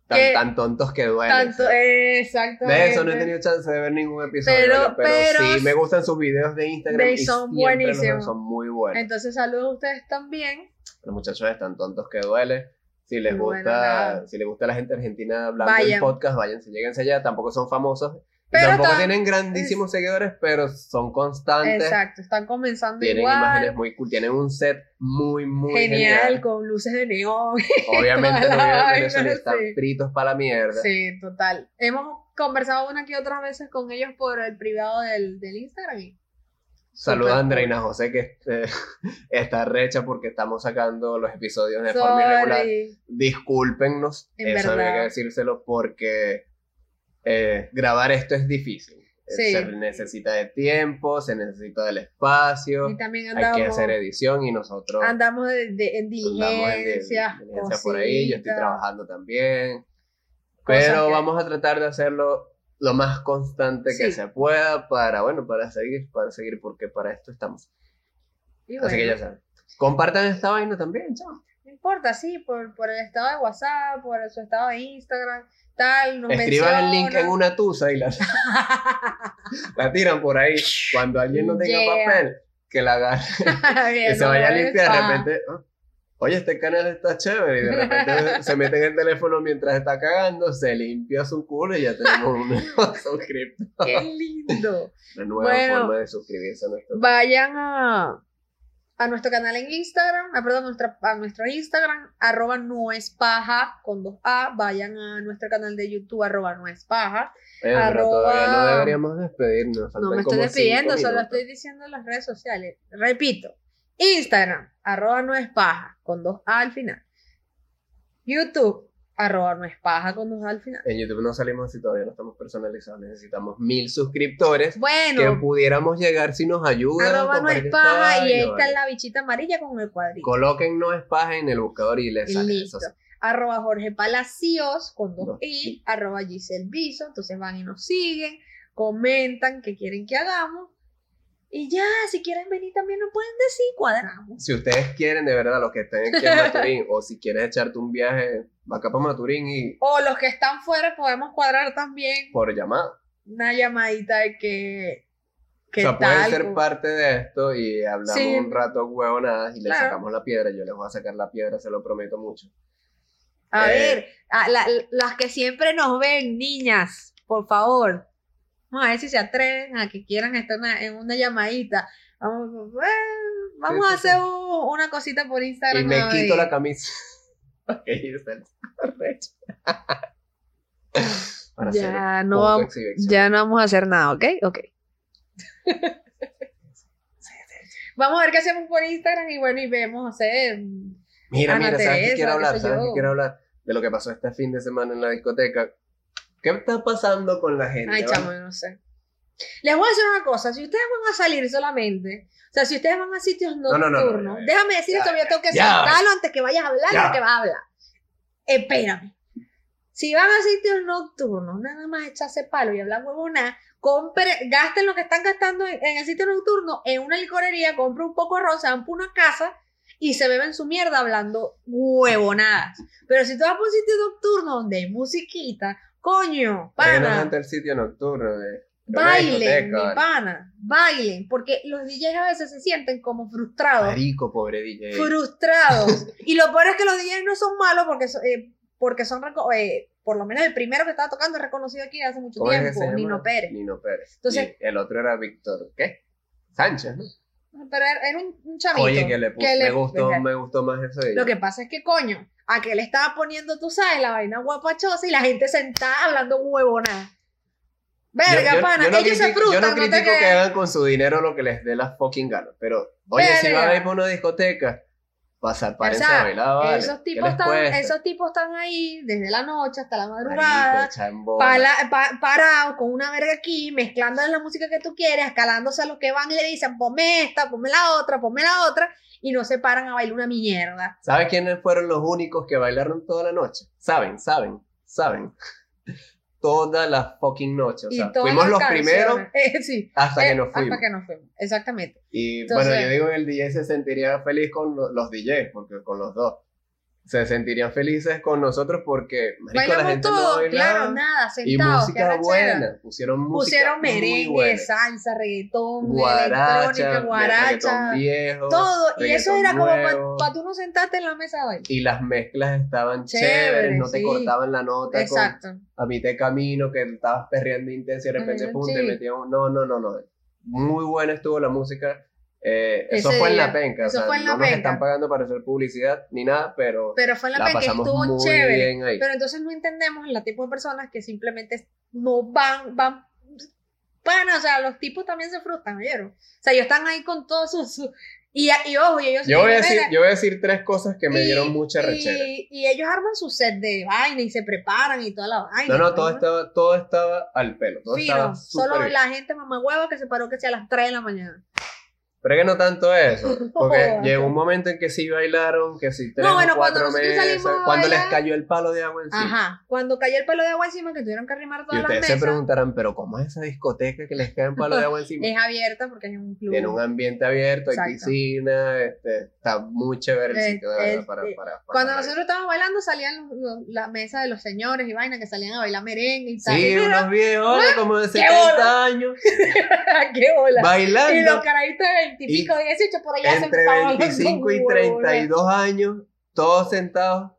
Speaker 1: tan,
Speaker 2: que-
Speaker 1: tan tontos que duelen.
Speaker 2: Tanto, exacto.
Speaker 1: de eso no he tenido chance de ver ningún episodio,
Speaker 2: Pero-
Speaker 1: ¿verdad? pero,
Speaker 2: pero-
Speaker 1: sí me gustan sus videos de Instagram
Speaker 2: Ve,
Speaker 1: y
Speaker 2: son
Speaker 1: siempre los-
Speaker 2: buenísimos.
Speaker 1: son muy buenos.
Speaker 2: Entonces, saludos a ustedes también.
Speaker 1: Los muchachos están tontos que duele. Si les
Speaker 2: Bueno,
Speaker 1: gusta,
Speaker 2: nada.
Speaker 1: si les gusta la gente argentina hablando en
Speaker 2: Vayan.
Speaker 1: podcast, váyanse, lléguense allá, tampoco son famosos.
Speaker 2: Pero
Speaker 1: tampoco
Speaker 2: están-
Speaker 1: tienen grandísimos seguidores, pero son constantes.
Speaker 2: Exacto, están comenzando
Speaker 1: Tienen
Speaker 2: igual.
Speaker 1: imágenes muy cool, tienen un set muy, muy
Speaker 2: genial,
Speaker 1: genial.
Speaker 2: con luces de neón.
Speaker 1: Obviamente
Speaker 2: Toda
Speaker 1: los
Speaker 2: la
Speaker 1: videos
Speaker 2: vaina,
Speaker 1: de Venezuela están
Speaker 2: sí.
Speaker 1: fritos para la mierda.
Speaker 2: Sí, total. Hemos conversado una que otras veces con ellos por el privado del, del Instagram. y
Speaker 1: Saludos a
Speaker 2: Súper
Speaker 1: Andreina José, que eh, está recha porque estamos sacando los episodios de forma irregular.
Speaker 2: sorry.
Speaker 1: Discúlpennos,
Speaker 2: En
Speaker 1: eso
Speaker 2: verdad.
Speaker 1: había que decírselo porque eh, grabar esto es difícil. Eh,
Speaker 2: Sí.
Speaker 1: Se necesita de tiempo, se necesita del espacio,
Speaker 2: Y también
Speaker 1: hay que
Speaker 2: andamos,
Speaker 1: hacer edición y nosotros
Speaker 2: andamos de, de- en
Speaker 1: andamos en
Speaker 2: diligencias.
Speaker 1: diligencia por ahí, yo estoy
Speaker 2: cositas,
Speaker 1: trabajando también.
Speaker 2: cosas
Speaker 1: Pero
Speaker 2: que-
Speaker 1: vamos a tratar de hacerlo lo más constante que
Speaker 2: Sí.
Speaker 1: se pueda para, bueno, para seguir, para seguir, porque para esto estamos.
Speaker 2: y
Speaker 1: Así que
Speaker 2: bueno,
Speaker 1: ya saben. Compartan esta vaina también, chao.
Speaker 2: No importa, sí, por, por el estado de WhatsApp, por su estado de Instagram, tal. Nos
Speaker 1: Escriban el link en
Speaker 2: mencionan.
Speaker 1: una tusa y la, la tiran por ahí. Cuando alguien no tenga
Speaker 2: Yeah.
Speaker 1: papel, que la agarre,
Speaker 2: Bien,
Speaker 1: que se
Speaker 2: no
Speaker 1: vaya a
Speaker 2: es
Speaker 1: limpiar. De
Speaker 2: pa-
Speaker 1: repente, "Ah, oye, este canal está chévere. Y de repente se mete en el teléfono mientras está cagando, se limpia su culo y ya tenemos un nuevo suscriptor.
Speaker 2: Ah, ¡Qué lindo!
Speaker 1: Una nueva
Speaker 2: Bueno.
Speaker 1: forma de suscribirse a nuestro
Speaker 2: Vayan a, a nuestro canal en Instagram, ah, perdón, nuestra- a nuestro Instagram, arroba no es paja con dos A, vayan a nuestro canal de YouTube, arroba no es paja.
Speaker 1: Oye, pero
Speaker 2: Arroba-
Speaker 1: todavía no deberíamos despedirnos.
Speaker 2: No
Speaker 1: faltan
Speaker 2: me estoy
Speaker 1: como
Speaker 2: despidiendo,
Speaker 1: cinco
Speaker 2: solo
Speaker 1: minutos.
Speaker 2: estoy diciendo las redes sociales. Repito, Instagram, arroba no es paja, con dos A al final. YouTube, arroba no es paja, con dos A al final.
Speaker 1: En YouTube no salimos así, todavía no estamos personalizados. Necesitamos mil suscriptores que
Speaker 2: Bueno,
Speaker 1: pudiéramos llegar si nos ayudan.
Speaker 2: arroba no
Speaker 1: compartir
Speaker 2: es paja
Speaker 1: esta
Speaker 2: y ahí
Speaker 1: vaina,
Speaker 2: está
Speaker 1: vale.
Speaker 2: la bichita amarilla con el cuadrito.
Speaker 1: Coloquen no es paja en el buscador y les sale.
Speaker 2: Listo.
Speaker 1: Eso sí.
Speaker 2: Arroba Jorge Palacios con dos
Speaker 1: Dos
Speaker 2: i, arroba Giselle Biso. Entonces van y nos siguen, comentan qué quieren que hagamos. Y ya, si quieren venir también nos pueden decir, cuadramos.
Speaker 1: Si ustedes quieren, de verdad, los que estén aquí en Maturín, o si quieres echarte un viaje, va acá para Maturín y
Speaker 2: O los que están fuera podemos cuadrar también
Speaker 1: por llamada.
Speaker 2: una llamadita de que.
Speaker 1: O
Speaker 2: ¿Qué
Speaker 1: sea, pueden
Speaker 2: tal?
Speaker 1: ser parte de esto y hablamos
Speaker 2: Sí.
Speaker 1: un rato huevonadas y le
Speaker 2: Claro.
Speaker 1: sacamos la piedra. Yo les voy a sacar la piedra, se lo prometo mucho.
Speaker 2: A
Speaker 1: eh.
Speaker 2: ver, a la- las que siempre nos ven, niñas, por favor. Vamos a ver si se atreven a que quieran estar una- en una llamadita. Vamos, eh, vamos
Speaker 1: Sí,
Speaker 2: a
Speaker 1: sí,
Speaker 2: hacer un- una cosita por Instagram.
Speaker 1: y me
Speaker 2: a
Speaker 1: quito
Speaker 2: ver.
Speaker 1: la camisa. Ok, está arrecho. Para hacer
Speaker 2: Ya no, vamos,
Speaker 1: autoexhibición.
Speaker 2: ya no vamos a hacer nada, ¿ok? Ok. vamos a ver qué hacemos por Instagram y bueno, y vemos, o sea,
Speaker 1: Mira,
Speaker 2: Ana
Speaker 1: mira, ¿sabes
Speaker 2: Teresa,
Speaker 1: qué quiero
Speaker 2: qué
Speaker 1: hablar?
Speaker 2: sé
Speaker 1: ¿Sabes qué
Speaker 2: yo?
Speaker 1: quiero hablar? De lo que pasó este fin de semana en la discoteca. ¿Qué está pasando con la gente?
Speaker 2: Ay,
Speaker 1: vale?
Speaker 2: chamo, yo no sé. Les voy a decir una cosa, si ustedes van a salir solamente, o sea, si ustedes van a sitios
Speaker 1: no, no,
Speaker 2: nocturnos,
Speaker 1: no, ya, ya.
Speaker 2: déjame decir esto,
Speaker 1: Ya,
Speaker 2: yo tengo que
Speaker 1: ya.
Speaker 2: soltarlo antes que vayas a hablar
Speaker 1: Ya.
Speaker 2: lo que vas a hablar. Espérame. Si van a sitios nocturnos, nada más echarse palo y hablar huevona, compre, gasten lo que están gastando en, en el sitio nocturno, en una licorería, compren un poco de ron, se van por una casa y se beben su mierda hablando huevonadas. Pero si tú vas por un sitio nocturno donde hay musiquita, coño,
Speaker 1: ¿Por qué no
Speaker 2: pana.
Speaker 1: gente el sitio nocturno. de- de una
Speaker 2: Bailen,
Speaker 1: discoteca,
Speaker 2: mi
Speaker 1: vale?
Speaker 2: pana, bailen, porque los DJs a veces se sienten como frustrados,
Speaker 1: Marico, pobre DJ.
Speaker 2: frustrados. y lo peor es que los DJs no son malos porque son, eh, porque son reco- eh, por lo menos el primero que estaba tocando es reconocido aquí hace mucho
Speaker 1: ¿Cómo es que se
Speaker 2: tiempo,
Speaker 1: llama?
Speaker 2: Nino Pérez.
Speaker 1: Nino Pérez.
Speaker 2: Entonces-
Speaker 1: Y el otro era Víctor, ¿qué? Sánchez, ¿no?
Speaker 2: Pero era era un, un chamito.
Speaker 1: Oye, que le, pu-
Speaker 2: que
Speaker 1: me
Speaker 2: le-
Speaker 1: gustó, me gustó más ese
Speaker 2: Lo
Speaker 1: video.
Speaker 2: que pasa es que, coño, a que le estaba poniendo, tú sabes, la vaina guapachosa y la gente sentada hablando huevonada. Verga,
Speaker 1: yo, yo-
Speaker 2: pana,
Speaker 1: yo no
Speaker 2: ellos se
Speaker 1: critico-
Speaker 2: frustran,
Speaker 1: Yo no
Speaker 2: no te
Speaker 1: critico que
Speaker 2: creas.
Speaker 1: hagan con su dinero lo que les dé la fucking gana. Pero, oye, si
Speaker 2: Verga.
Speaker 1: van a ir para una discoteca, pasar, párense
Speaker 2: sea,
Speaker 1: a bailar, vale.
Speaker 2: Esos,
Speaker 1: ¿Qué
Speaker 2: tipos
Speaker 1: les
Speaker 2: están,
Speaker 1: cuesta?
Speaker 2: esos tipos están ahí desde la noche hasta la madrugada,
Speaker 1: Marico, echan bola.
Speaker 2: pala- pa- parados con una verga aquí, mezclando la música que tú quieres, escalándose a los que van y le dicen, ponme esta, ponme la otra, ponme la otra, y no se paran a bailar una mierda.
Speaker 1: ¿Sabes quiénes fueron los únicos que bailaron toda la noche? Saben, saben, saben. Toda la fucking noche. O
Speaker 2: Y
Speaker 1: sea,
Speaker 2: todas
Speaker 1: fuimos
Speaker 2: las
Speaker 1: los
Speaker 2: canciones-
Speaker 1: primeros
Speaker 2: Eh, sí,
Speaker 1: hasta
Speaker 2: eh,
Speaker 1: que nos fuimos.
Speaker 2: Hasta que nos fuimos, exactamente.
Speaker 1: Y
Speaker 2: Entonces-
Speaker 1: bueno, yo digo que el DJ se sentiría feliz con lo- los DJs, porque con los dos. Se sentirían felices con nosotros porque, marico, la
Speaker 2: Bailamos
Speaker 1: gente
Speaker 2: todo,
Speaker 1: no bailaba.
Speaker 2: claro, nada,
Speaker 1: y
Speaker 2: sentados, qué
Speaker 1: música
Speaker 2: arrechera.
Speaker 1: buena. Pusieron música
Speaker 2: Pusieron
Speaker 1: muy
Speaker 2: merengue,
Speaker 1: buena.
Speaker 2: salsa, reggaetón,
Speaker 1: Guaracha,
Speaker 2: electrónica, guaracha,
Speaker 1: reggaetón viejo,
Speaker 2: todo. Y eso
Speaker 1: reggaetón
Speaker 2: era como
Speaker 1: nuevo.
Speaker 2: para tú no sentarte en la mesa de baile.
Speaker 1: Y las mezclas estaban
Speaker 2: Chévere,
Speaker 1: chéveres, no te
Speaker 2: sí.
Speaker 1: cortaban la nota con-
Speaker 2: Exacto.
Speaker 1: a mitad de camino, que estabas perreando intenso y de repente
Speaker 2: Ajá,
Speaker 1: pum, te
Speaker 2: sí.
Speaker 1: metían un- No, no, no, no. Muy buena estuvo la música. Eh, eso
Speaker 2: Ese
Speaker 1: fue en
Speaker 2: día.
Speaker 1: la penca.
Speaker 2: Eso
Speaker 1: o sea,
Speaker 2: fue en la
Speaker 1: no
Speaker 2: penca.
Speaker 1: nos están pagando para hacer publicidad ni nada, pero
Speaker 2: Pero fue en la,
Speaker 1: la,
Speaker 2: pena que
Speaker 1: pasamos
Speaker 2: estuvo
Speaker 1: muy
Speaker 2: chévere.
Speaker 1: bien ahí.
Speaker 2: Pero entonces no entendemos la tipo de personas que simplemente no van, van, van, o sea, los tipos también se frustran, ¿oyeron? O sea, ellos están ahí con todos sus... su- y, y ojo, y ellos...
Speaker 1: yo, voy a decir,
Speaker 2: mira,
Speaker 1: yo voy a decir tres cosas que me
Speaker 2: y-
Speaker 1: dieron mucha rechera.
Speaker 2: Y, y ellos arman su set de vaina y se preparan y toda la vaina.
Speaker 1: No, no,
Speaker 2: y
Speaker 1: todo
Speaker 2: ¿no?
Speaker 1: estaba, todo estaba al pelo. Todo
Speaker 2: Fino,
Speaker 1: estaba
Speaker 2: solo
Speaker 1: súper bien.
Speaker 2: la gente mamá huevo que se paró que sea a las 3 de la mañana.
Speaker 1: Pero es que no tanto eso, porque
Speaker 2: Joder.
Speaker 1: llegó un momento en que sí bailaron, que sí tres
Speaker 2: Oh, No,
Speaker 1: o
Speaker 2: bueno, cuando
Speaker 1: cuatro
Speaker 2: nosotros
Speaker 1: mesas,
Speaker 2: salimos a
Speaker 1: cuando les
Speaker 2: bailar-
Speaker 1: cayó el palo de agua encima.
Speaker 2: Ajá. Cuando cayó el pelo de agua encima que tuvieron que arrimar
Speaker 1: Y
Speaker 2: todas las
Speaker 1: ustedes
Speaker 2: mesas.
Speaker 1: se preguntarán, pero ¿cómo es esa discoteca que les caen palo de agua encima?
Speaker 2: Es abierta porque es un club.
Speaker 1: Tiene un ambiente abierto, hay
Speaker 2: Exacto.
Speaker 1: piscina, este, está muy chévere el
Speaker 2: Eh,
Speaker 1: sitio, de verdad,
Speaker 2: eh,
Speaker 1: para,
Speaker 2: eh,
Speaker 1: para- para
Speaker 2: Cuando
Speaker 1: bailar.
Speaker 2: nosotros estábamos bailando salían los- los- la mesa de los señores y vaina que salían a bailar merengue y tal.
Speaker 1: Sí,
Speaker 2: Y mira,
Speaker 1: unos viejos
Speaker 2: ¡ah!
Speaker 1: de como de
Speaker 2: bola!
Speaker 1: 70 años,
Speaker 2: Ah, ¡Qué bola! Y
Speaker 1: bailando
Speaker 2: los carajitos de 20 y pico, 18, por allá
Speaker 1: entre
Speaker 2: sentados hablando
Speaker 1: 25 y
Speaker 2: huevonadas.
Speaker 1: 32 años, todos sentados,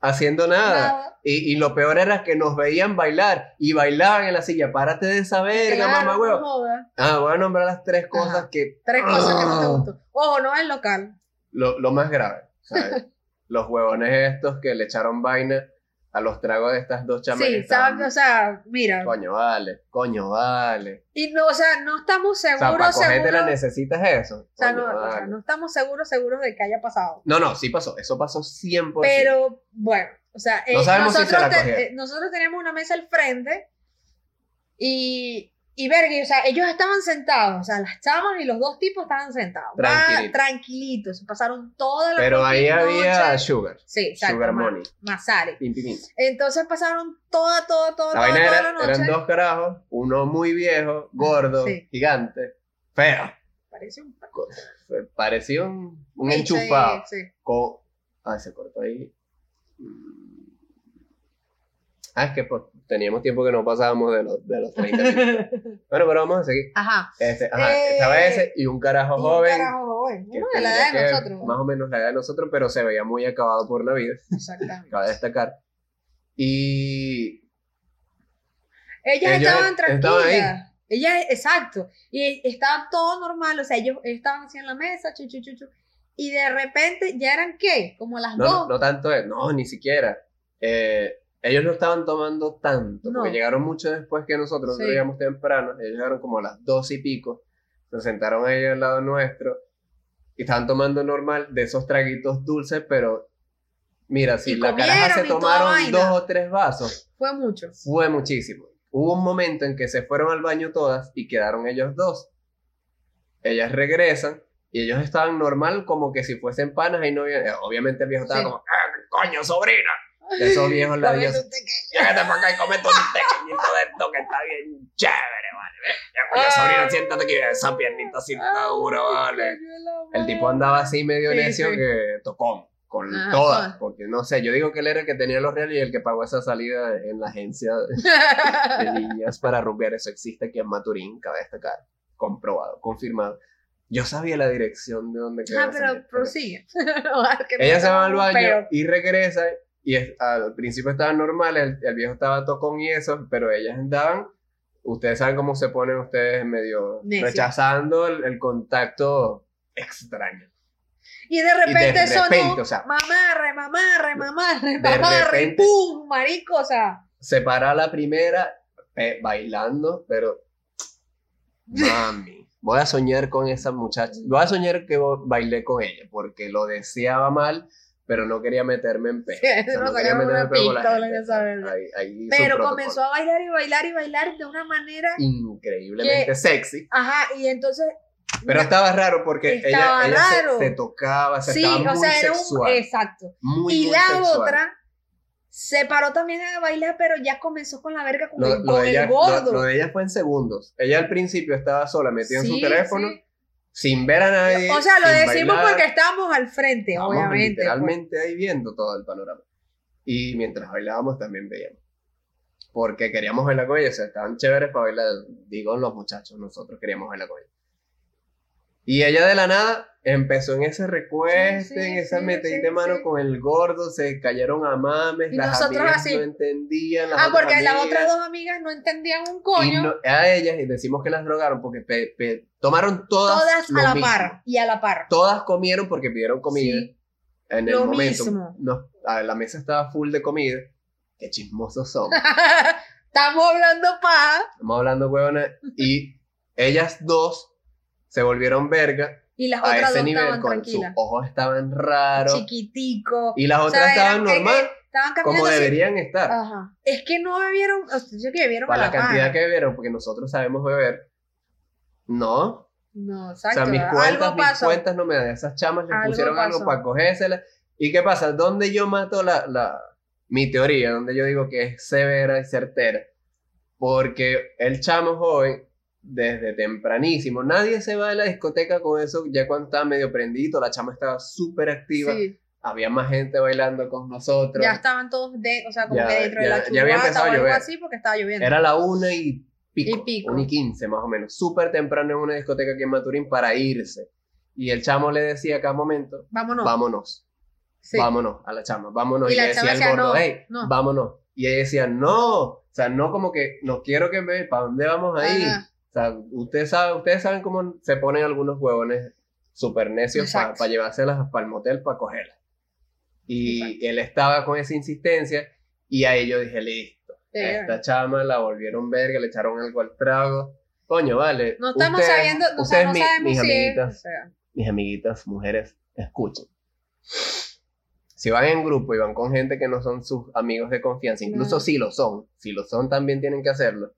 Speaker 1: haciendo nada.
Speaker 2: Nada.
Speaker 1: Y, y lo peor era que nos veían bailar y bailaban en la silla. Párate de esa verga,
Speaker 2: Claro,
Speaker 1: mamá huevo.
Speaker 2: no joda.
Speaker 1: Ah, voy a nombrar las tres cosas
Speaker 2: Ajá.
Speaker 1: que.
Speaker 2: Tres cosas que no te
Speaker 1: Ah.
Speaker 2: gustó. Ojo, no el local.
Speaker 1: Lo, lo más grave, ¿sabes? los huevones estos que le echaron vaina a los tragos de estas dos chamas. que
Speaker 2: Sí,
Speaker 1: estaban-
Speaker 2: ¿sabes? O sea, mira.
Speaker 1: Coño, vale, coño, vale.
Speaker 2: Y no, o sea, no estamos
Speaker 1: O sea, para
Speaker 2: seguros,
Speaker 1: cogerte la
Speaker 2: seguros.
Speaker 1: necesitas eso.
Speaker 2: O sea,
Speaker 1: Coño,
Speaker 2: no, o sea,
Speaker 1: vale.
Speaker 2: no estamos seguros, seguros de que haya pasado.
Speaker 1: No, no, sí pasó. Eso pasó 100%.
Speaker 2: Pero bueno, o sea, eh,
Speaker 1: No sabemos si se
Speaker 2: nosotros,
Speaker 1: la
Speaker 2: te-
Speaker 1: cogieron.
Speaker 2: eh, nosotros teníamos una mesa al frente y, y verga, y, o sea, ellos estaban sentados, o sea, las chamas y los dos tipos estaban sentados. Va,
Speaker 1: Tranquilito.
Speaker 2: tranquilitos, pasaron toda la
Speaker 1: Pero ahí
Speaker 2: fucking
Speaker 1: había
Speaker 2: noche.
Speaker 1: Sugar.
Speaker 2: Sí, exacto,
Speaker 1: Sugar
Speaker 2: ma-
Speaker 1: Money.
Speaker 2: Masari.
Speaker 1: Pim, pim, pim.
Speaker 2: Entonces pasaron toda, toda, toda,
Speaker 1: La
Speaker 2: toda,
Speaker 1: vaina
Speaker 2: toda
Speaker 1: era,
Speaker 2: la noche.
Speaker 1: eran dos carajos, uno muy viejo, gordo,
Speaker 2: Sí.
Speaker 1: gigante, feo.
Speaker 2: Parece un
Speaker 1: Parecía un, un
Speaker 2: Sí,
Speaker 1: enchufado.
Speaker 2: sí, sí.
Speaker 1: Co- Ah, se cortó ahí. Mm. Ah, es que pues, teníamos tiempo que no pasábamos de los, de los 30 minutos. Bueno, pero vamos a seguir.
Speaker 2: Ajá.
Speaker 1: Este, ajá,
Speaker 2: Eh,
Speaker 1: estaba ese y un carajo
Speaker 2: Y un
Speaker 1: joven.
Speaker 2: carajo joven.
Speaker 1: que
Speaker 2: Bueno, de la
Speaker 1: tendría
Speaker 2: edad de
Speaker 1: que-
Speaker 2: nosotros.
Speaker 1: Más o menos la edad de nosotros, pero se veía muy acabado por la vida.
Speaker 2: Exactamente.
Speaker 1: Cabe destacar. Y
Speaker 2: Ellas
Speaker 1: Ellos
Speaker 2: estaban
Speaker 1: estaban
Speaker 2: tranquilas. Ellas, exacto. Y estaba todo normal. O sea, ellos estaban así en la mesa, chu, chu, chu, chu. Y de repente ya eran qué? Como las
Speaker 1: No, no,
Speaker 2: dos.
Speaker 1: no tanto, es- no, ni siquiera. Eh, ellos no estaban tomando tanto, porque
Speaker 2: No.
Speaker 1: llegaron mucho después que nosotros, nosotros
Speaker 2: Sí.
Speaker 1: llegamos temprano, ellos llegaron como a las dos y pico, se sentaron ellos al lado nuestro y estaban tomando normal de esos traguitos dulces, pero mira, si
Speaker 2: Y
Speaker 1: la caraja se
Speaker 2: comieron y toda
Speaker 1: tomaron
Speaker 2: vaina.
Speaker 1: dos o tres vasos,
Speaker 2: Fue mucho.
Speaker 1: fue muchísimo. Hubo un momento en que se fueron al baño todas y quedaron ellos dos. Ellas regresan y ellos estaban normal como que si fuesen panas y no había- eh, Obviamente el viejo estaba
Speaker 2: Sí.
Speaker 1: como, "Ah, coño, sobrina. De esos viejos ladillosos. Llégate para acá y comete un tequeñito de esto que está bien chévere, vale. ve. Ya,
Speaker 2: Ah.
Speaker 1: coño, sobrina, siéntate aquí, esa piernita así está dura, vale. El tipo andaba así medio
Speaker 2: Sí,
Speaker 1: necio
Speaker 2: sí.
Speaker 1: que tocó con
Speaker 2: Ah,
Speaker 1: todas,
Speaker 2: ah.
Speaker 1: porque no sé, yo digo que él era el que tenía los reales y el que pagó esa salida en la agencia
Speaker 2: Ah,
Speaker 1: de niñas para rumbear, eso existe aquí en Maturín, cabe destacar, comprobado, confirmado. Yo sabía la dirección de donde
Speaker 2: Ah,
Speaker 1: quedaba esa
Speaker 2: pero
Speaker 1: mierda.
Speaker 2: prosigue. Que
Speaker 1: Ella se
Speaker 2: no
Speaker 1: va al baño
Speaker 2: pero-
Speaker 1: y regresa y es- al principio estaban normales, el, el viejo estaba tocón y eso, pero ellas andaban, ustedes saben cómo se ponen ustedes medio
Speaker 2: Necios.
Speaker 1: rechazando el, el contacto extraño.
Speaker 2: Y de repente,
Speaker 1: repente,
Speaker 2: sonó.
Speaker 1: o sea-
Speaker 2: mamarre, mamarre, mamarre,
Speaker 1: De
Speaker 2: mamarre.
Speaker 1: repente-
Speaker 2: ¡Pum! Marico, o sea.
Speaker 1: Se para la primera eh, bailando, pero mami, voy a soñar con esa muchacha, voy a soñar que bo- bailé con ella, porque lo deseaba mal, pero no quería meterme en pedo. O sea,
Speaker 2: nos
Speaker 1: no quería
Speaker 2: sacaron
Speaker 1: meterme
Speaker 2: una
Speaker 1: en pedo con la
Speaker 2: pistola
Speaker 1: gente.
Speaker 2: en esa verga.
Speaker 1: Ahí- ahí su
Speaker 2: Pero
Speaker 1: protocolo.
Speaker 2: comenzó a bailar y bailar y bailar de una manera.
Speaker 1: increíblemente
Speaker 2: Que-
Speaker 1: sexy.
Speaker 2: Ajá, y entonces.
Speaker 1: Pero estaba raro porque
Speaker 2: Estaba
Speaker 1: ella, ella se-
Speaker 2: raro.
Speaker 1: Se, tocaba, se
Speaker 2: sí,
Speaker 1: estaba
Speaker 2: o
Speaker 1: muy
Speaker 2: sea, era un.
Speaker 1: sexual.
Speaker 2: Exacto.
Speaker 1: muy,
Speaker 2: y
Speaker 1: muy
Speaker 2: la
Speaker 1: sexual.
Speaker 2: otra se paró también a bailar, pero ya comenzó con la verga con,
Speaker 1: Lo,
Speaker 2: el,
Speaker 1: lo
Speaker 2: con
Speaker 1: de
Speaker 2: el
Speaker 1: ella, lo,
Speaker 2: gordo.
Speaker 1: lo de ella fue en segundos. Ella al principio estaba sola, metida en
Speaker 2: Sí,
Speaker 1: su teléfono,
Speaker 2: sí.
Speaker 1: sin ver a nadie.
Speaker 2: O sea, lo
Speaker 1: sin
Speaker 2: decimos
Speaker 1: bailar.
Speaker 2: porque estábamos al frente,
Speaker 1: Estábamos
Speaker 2: obviamente. pues.
Speaker 1: Literalmente ahí viendo todo el panorama. Y mientras bailábamos también veíamos. Porque queríamos bailar con ella, o sea, estaban chéveres para bailar, digo los muchachos, nosotros queríamos bailar con ella. Y ella de la nada empezó en ese recueste,
Speaker 2: Sí, sí,
Speaker 1: en esa
Speaker 2: sí,
Speaker 1: metidita
Speaker 2: sí,
Speaker 1: de mano
Speaker 2: sí.
Speaker 1: con el gordo, se cayeron a mames,
Speaker 2: Y
Speaker 1: las
Speaker 2: nosotros
Speaker 1: amigas
Speaker 2: así.
Speaker 1: no entendían.
Speaker 2: Ah, porque las
Speaker 1: amigas-
Speaker 2: otras dos amigas no entendían un
Speaker 1: y
Speaker 2: coño.
Speaker 1: no- a ellas y decimos que las drogaron porque pe- pe- tomaron todas,
Speaker 2: todas
Speaker 1: lo
Speaker 2: a la
Speaker 1: mismo.
Speaker 2: par. Y a la par.
Speaker 1: Todas comieron porque pidieron comida
Speaker 2: Sí.
Speaker 1: en el
Speaker 2: Lo
Speaker 1: momento.
Speaker 2: mismo.
Speaker 1: no, a la mesa estaba full de comida. Qué chismosos somos.
Speaker 2: Estamos hablando pa.
Speaker 1: Estamos hablando, huevona. Y ellas dos se volvieron verga
Speaker 2: Y las
Speaker 1: a
Speaker 2: otras
Speaker 1: ese
Speaker 2: dos
Speaker 1: nivel.
Speaker 2: estaban
Speaker 1: Con sus
Speaker 2: tranquilas.
Speaker 1: ojos estaban raros.
Speaker 2: Chiquitico.
Speaker 1: Y las
Speaker 2: O sea,
Speaker 1: otras estaban
Speaker 2: eran que-
Speaker 1: normal,
Speaker 2: que Estaban caminando
Speaker 1: como
Speaker 2: así. Ah,
Speaker 1: deberían estar.
Speaker 2: Ajá. Es que no bebieron, o sea, yo que bebieron
Speaker 1: para
Speaker 2: a
Speaker 1: la
Speaker 2: la
Speaker 1: cantidad
Speaker 2: par.
Speaker 1: que bebieron, porque nosotros sabemos beber. No.
Speaker 2: No,
Speaker 1: O
Speaker 2: exacto.
Speaker 1: sea, mis cuentas,
Speaker 2: algo
Speaker 1: mis
Speaker 2: pasó.
Speaker 1: cuentas no me dan. Esas chamas le
Speaker 2: Algo
Speaker 1: pusieron algo
Speaker 2: pasó.
Speaker 1: para cogérselas. ¿Y qué pasa? ¿Dónde yo mato la, la- mi teoría? Donde yo digo que es severa y certera. Porque el chamo joven, desde tempranísimo, nadie se va de la discoteca con eso. Ya cuando estaba medio prendito, la chama estaba súper activa.
Speaker 2: Sí,
Speaker 1: Había más gente bailando con nosotros.
Speaker 2: ya estaban todos de, o sea, como
Speaker 1: Ya-
Speaker 2: que dentro de
Speaker 1: ya-
Speaker 2: la
Speaker 1: ya había empezado
Speaker 2: churbata o
Speaker 1: a
Speaker 2: algo
Speaker 1: llover.
Speaker 2: así porque estaba lloviendo.
Speaker 1: Era la una y pico.
Speaker 2: Y pico.
Speaker 1: Una y quince, más o menos. Súper temprano en una discoteca aquí en Maturín para irse. Y el chamo le decía a cada momento,
Speaker 2: Vámonos.
Speaker 1: vámonos.
Speaker 2: Sí.
Speaker 1: vámonos a la chama, vámonos.
Speaker 2: Y
Speaker 1: Y,
Speaker 2: la
Speaker 1: le decía
Speaker 2: chama
Speaker 1: al
Speaker 2: decía,
Speaker 1: gordo,
Speaker 2: "No,
Speaker 1: hey,
Speaker 2: no".
Speaker 1: vámonos. Y ella decía, no, o sea, no como que, no quiero que me, ¿para dónde vamos ahí?
Speaker 2: Ajá.
Speaker 1: O sea, ustedes saben, ustedes saben cómo se ponen algunos huevones super necios para
Speaker 2: Exacto.
Speaker 1: llevárselas para el motel, para cogerlas. Y él estaba con esa insistencia y ahí yo dije, listo,
Speaker 2: De
Speaker 1: a
Speaker 2: verdad.
Speaker 1: esta chama la volvieron verga, le echaron algo al trago. Coño, vale.
Speaker 2: No estamos
Speaker 1: ustedes-
Speaker 2: sabiendo, o sea,
Speaker 1: ustedes,
Speaker 2: no
Speaker 1: mi-
Speaker 2: sabemos
Speaker 1: mis
Speaker 2: si es-
Speaker 1: amiguitas,
Speaker 2: o sea,
Speaker 1: mis amiguitas mujeres, escuchen. Si van en grupo y van con gente que no son sus amigos de confianza, incluso
Speaker 2: Claro.
Speaker 1: si lo son, si lo son también tienen que hacerlo.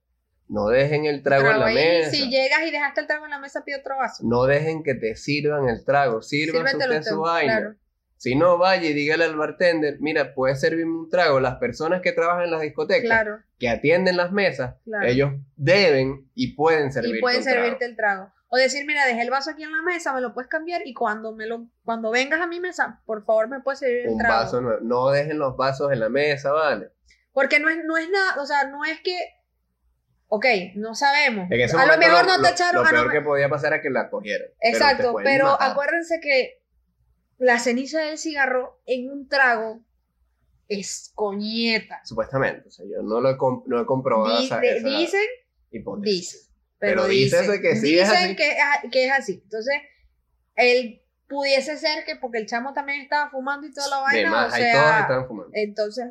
Speaker 1: No dejen el trago en
Speaker 2: trago
Speaker 1: la
Speaker 2: ahí,
Speaker 1: mesa.
Speaker 2: Si llegas y dejaste el trago en la mesa, pide otro vaso.
Speaker 1: No dejen que te sirvan el trago. Sírvanse
Speaker 2: Sírvetelo
Speaker 1: usted su
Speaker 2: tú,
Speaker 1: vaina.
Speaker 2: claro.
Speaker 1: Si no, vaya y dígale al bartender, mira, puedes servirme un trago. Las personas que trabajan en las discotecas,
Speaker 2: Claro,
Speaker 1: que atienden las mesas,
Speaker 2: claro.
Speaker 1: ellos deben y pueden servirte
Speaker 2: y pueden
Speaker 1: un trago.
Speaker 2: servirte el trago. O decir, mira, dejé el vaso aquí en la mesa, me lo puedes cambiar y cuando me lo cuando vengas a mi mesa, por favor, me puedes servir el
Speaker 1: un
Speaker 2: trago.
Speaker 1: vaso nuevo. No dejen los vasos en la mesa, vale.
Speaker 2: Porque no es no es nada, o sea, no es que ok, no sabemos.
Speaker 1: En ese
Speaker 2: a lo
Speaker 1: momento
Speaker 2: mejor no te echaron
Speaker 1: Lo
Speaker 2: a lo
Speaker 1: peor
Speaker 2: me-
Speaker 1: que podía pasar era que la cogieran. pero te
Speaker 2: Exacto,
Speaker 1: pueden
Speaker 2: pero,
Speaker 1: matar.
Speaker 2: acuérdense que la ceniza del cigarro en un trago es coñeta.
Speaker 1: Supuestamente, o sea, yo no lo he, comp- no he comprobado.
Speaker 2: Di-
Speaker 1: esa-
Speaker 2: de-
Speaker 1: esa
Speaker 2: dicen,
Speaker 1: hipótesis.
Speaker 2: dicen, pero,
Speaker 1: Pero dice
Speaker 2: dicen,
Speaker 1: eso que sí es
Speaker 2: dicen
Speaker 1: así.
Speaker 2: Que, es, a- que es así. Entonces, él pudiese ser que porque el chamo también estaba fumando y toda la
Speaker 1: De
Speaker 2: vaina,
Speaker 1: más,
Speaker 2: o
Speaker 1: ahí todos
Speaker 2: sea,
Speaker 1: están fumando.
Speaker 2: entonces,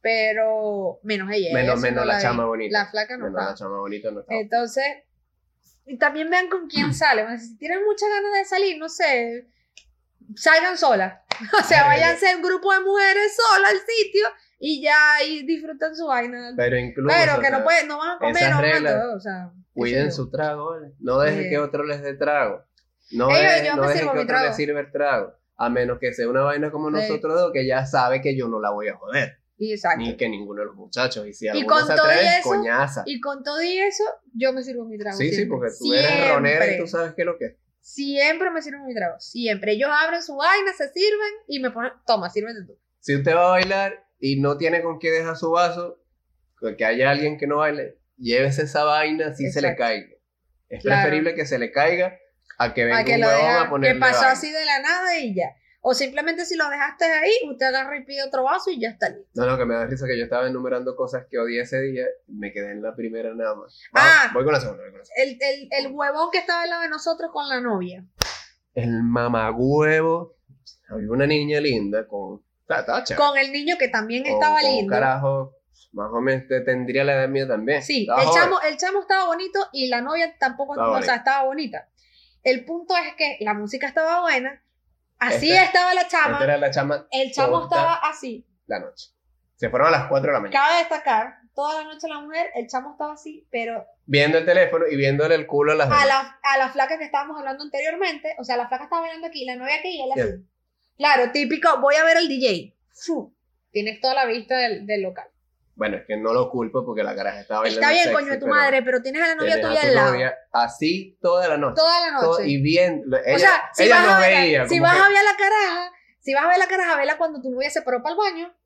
Speaker 2: pero menos ella.
Speaker 1: Menos-
Speaker 2: ella sí
Speaker 1: menos
Speaker 2: eh, no
Speaker 1: la
Speaker 2: vi.
Speaker 1: chama bonita.
Speaker 2: La flaca no Eh,
Speaker 1: Bueno, la
Speaker 2: estaba.
Speaker 1: chama bonita no estaba.
Speaker 2: Entonces, y también vean con quién salen. Bueno, si tienen muchas ganas de salir, no sé, salgan solas. O sea,
Speaker 1: Verga.
Speaker 2: váyanse en grupo de mujeres solas al sitio y ya ahí disfrutan su vaina. Pero,
Speaker 1: pero incluso. o
Speaker 2: que
Speaker 1: sea,
Speaker 2: no, pueden, no van a comer,
Speaker 1: esas
Speaker 2: no van a
Speaker 1: reglas,
Speaker 2: todo, o sea, qué sé
Speaker 1: Cuiden
Speaker 2: yo.
Speaker 1: su trago, vale. No dejen
Speaker 2: Sí.
Speaker 1: que otro les dé trago. No,
Speaker 2: Ey,
Speaker 1: dejen-
Speaker 2: Eh. yo
Speaker 1: no
Speaker 2: me
Speaker 1: dejen
Speaker 2: sirvo
Speaker 1: que
Speaker 2: mi
Speaker 1: otro
Speaker 2: trago.
Speaker 1: les sirva el trago. A menos que sea una vaina como
Speaker 2: Sí.
Speaker 1: nosotros dos, que ya sabe que yo no la voy a joder.
Speaker 2: Y exacto.
Speaker 1: Ni que ninguno de los muchachos. Y si
Speaker 2: Y
Speaker 1: alguno
Speaker 2: con
Speaker 1: se
Speaker 2: todo y
Speaker 1: atreve,
Speaker 2: eso,
Speaker 1: coñaza.
Speaker 2: Y con todo y eso, yo me sirvo mi trago.
Speaker 1: Sí, sí,
Speaker 2: siempre.
Speaker 1: porque tú eres ronera y tú sabes qué es lo que es.
Speaker 2: Siempre me sirvo mi trago, siempre. Ellos abren su vaina, se sirven y me ponen, toma, sírvete tú.
Speaker 1: Si usted va a bailar y no tiene con qué dejar su vaso, pues, que haya alguien que no baile, llévese esa vaina si se le
Speaker 2: Exacto.
Speaker 1: caiga. Es
Speaker 2: Claro.
Speaker 1: preferible que se le caiga a que venga
Speaker 2: a que
Speaker 1: un
Speaker 2: lo
Speaker 1: huevón
Speaker 2: dejan,
Speaker 1: a ponerle
Speaker 2: que pasó
Speaker 1: vaina.
Speaker 2: así de la nada y ya. O simplemente si lo dejaste ahí, usted agarra y pide otro vaso y ya está listo.
Speaker 1: No, no, que me da risa que yo estaba enumerando cosas que odié ese día y me quedé en la primera nada más.
Speaker 2: Ah.
Speaker 1: voy con la segunda, voy con la segunda.
Speaker 2: El, el, el huevón que estaba al lado de nosotros con la novia.
Speaker 1: El mamagüevo. Había una niña linda con... ta- Estaba chévere.
Speaker 2: Con el niño que también
Speaker 1: Con-
Speaker 2: estaba
Speaker 1: con un
Speaker 2: lindo.
Speaker 1: carajo, más o menos te- tendría la edad mía también.
Speaker 2: Sí,
Speaker 1: Estaba
Speaker 2: el
Speaker 1: joven.
Speaker 2: chamo, el chamo estaba bonito y la novia tampoco,
Speaker 1: Estaba
Speaker 2: o sea, estaba bonita. El punto es que la música estaba buena, así
Speaker 1: Esta-
Speaker 2: estaba la
Speaker 1: Esta
Speaker 2: chama,
Speaker 1: Este, era la chama
Speaker 2: el chamo
Speaker 1: tonta.
Speaker 2: estaba así.
Speaker 1: la noche. Se fueron a las 4 de la mañana.
Speaker 2: Cabe destacar, toda la noche la mujer, el chamo estaba así, pero
Speaker 1: Viendo el teléfono y viéndole el culo a las
Speaker 2: a
Speaker 1: demás.
Speaker 2: la, a la flaca que estábamos hablando anteriormente, o sea, la flaca estaba bailando aquí, la novia aquí y él así.
Speaker 1: Ya.
Speaker 2: Claro, típico, voy a ver al DJ. Fu. Tienes toda la vista del, del local.
Speaker 1: Bueno, es que no lo culpo porque la caraja estaba bailando
Speaker 2: Está bien,
Speaker 1: sexy,
Speaker 2: coño, de tu
Speaker 1: pero
Speaker 2: madre, pero tienes a la novia
Speaker 1: tenés a
Speaker 2: tuya
Speaker 1: tu
Speaker 2: al lado.
Speaker 1: novia así toda la noche.
Speaker 2: Toda la noche.
Speaker 1: Todo- y bien, lo- ella,
Speaker 2: o sea, si
Speaker 1: ella
Speaker 2: vas,
Speaker 1: nos
Speaker 2: a, ver,
Speaker 1: veía.
Speaker 2: si
Speaker 1: como
Speaker 2: vas
Speaker 1: que-
Speaker 2: a ver a la caraja, si vas a ver a la caraja, vela cuando tu novia se paró para el baño.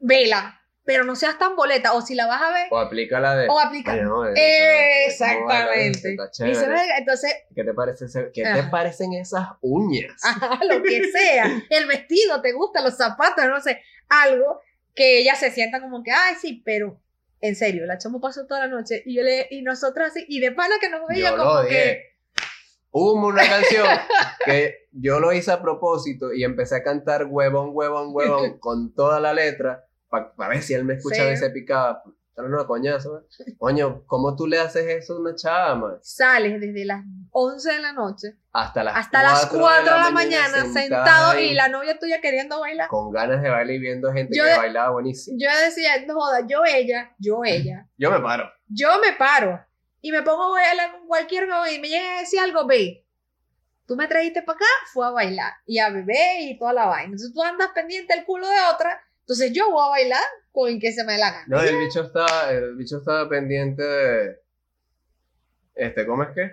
Speaker 2: Vela, pero no seas tan boleta. O si la vas a ver,
Speaker 1: O aplica la de.
Speaker 2: o aplica.
Speaker 1: "Ay, no, esa-
Speaker 2: Exactamente.
Speaker 1: esa está
Speaker 2: Y se
Speaker 1: chévere.
Speaker 2: ve- Ah. entonces,
Speaker 1: ¿Qué te, parece ese- qué te
Speaker 2: Ajá.
Speaker 1: parecen esas uñas?
Speaker 2: Ajá, lo que sea, el vestido, te gusta, los zapatos, no sé, algo que ella se sienta como que, ay, sí, pero en serio, la chamo pasó toda la noche y yo le, y nosotros así, y de pana que nos veía
Speaker 1: yo
Speaker 2: como
Speaker 1: lo
Speaker 2: que,
Speaker 1: odié. Hubo una canción que yo lo hice a propósito y empecé a cantar huevón, huevón, huevón con toda la letra para ver si él me escuchaba
Speaker 2: Sí.
Speaker 1: y se picaba. Pero no, coñazo. ¿eh? Coño, ¿cómo tú le haces eso a una chama?
Speaker 2: sales desde las 11 de la noche
Speaker 1: Hasta las
Speaker 2: hasta las 4 de la mañana,
Speaker 1: sentada
Speaker 2: sentado
Speaker 1: ahí,
Speaker 2: y la novia tuya queriendo bailar.
Speaker 1: Con ganas de bailar y viendo gente
Speaker 2: Yo
Speaker 1: que
Speaker 2: de-
Speaker 1: bailaba buenísimo.
Speaker 2: Yo decía, no joda, yo ella, yo ella,
Speaker 1: Yo me paro.
Speaker 2: yo me paro y me pongo a bailar con cualquier huevón y me llega a decir algo, ve, tú me trajiste para acá, fue a bailar y a beber y toda la vaina. Entonces tú andas pendiente el culo de otra, entonces yo voy a bailar con el que se me dé la gana.
Speaker 1: No, el bicho estaba, el bicho estaba pendiente de. Este, ¿cómo es que?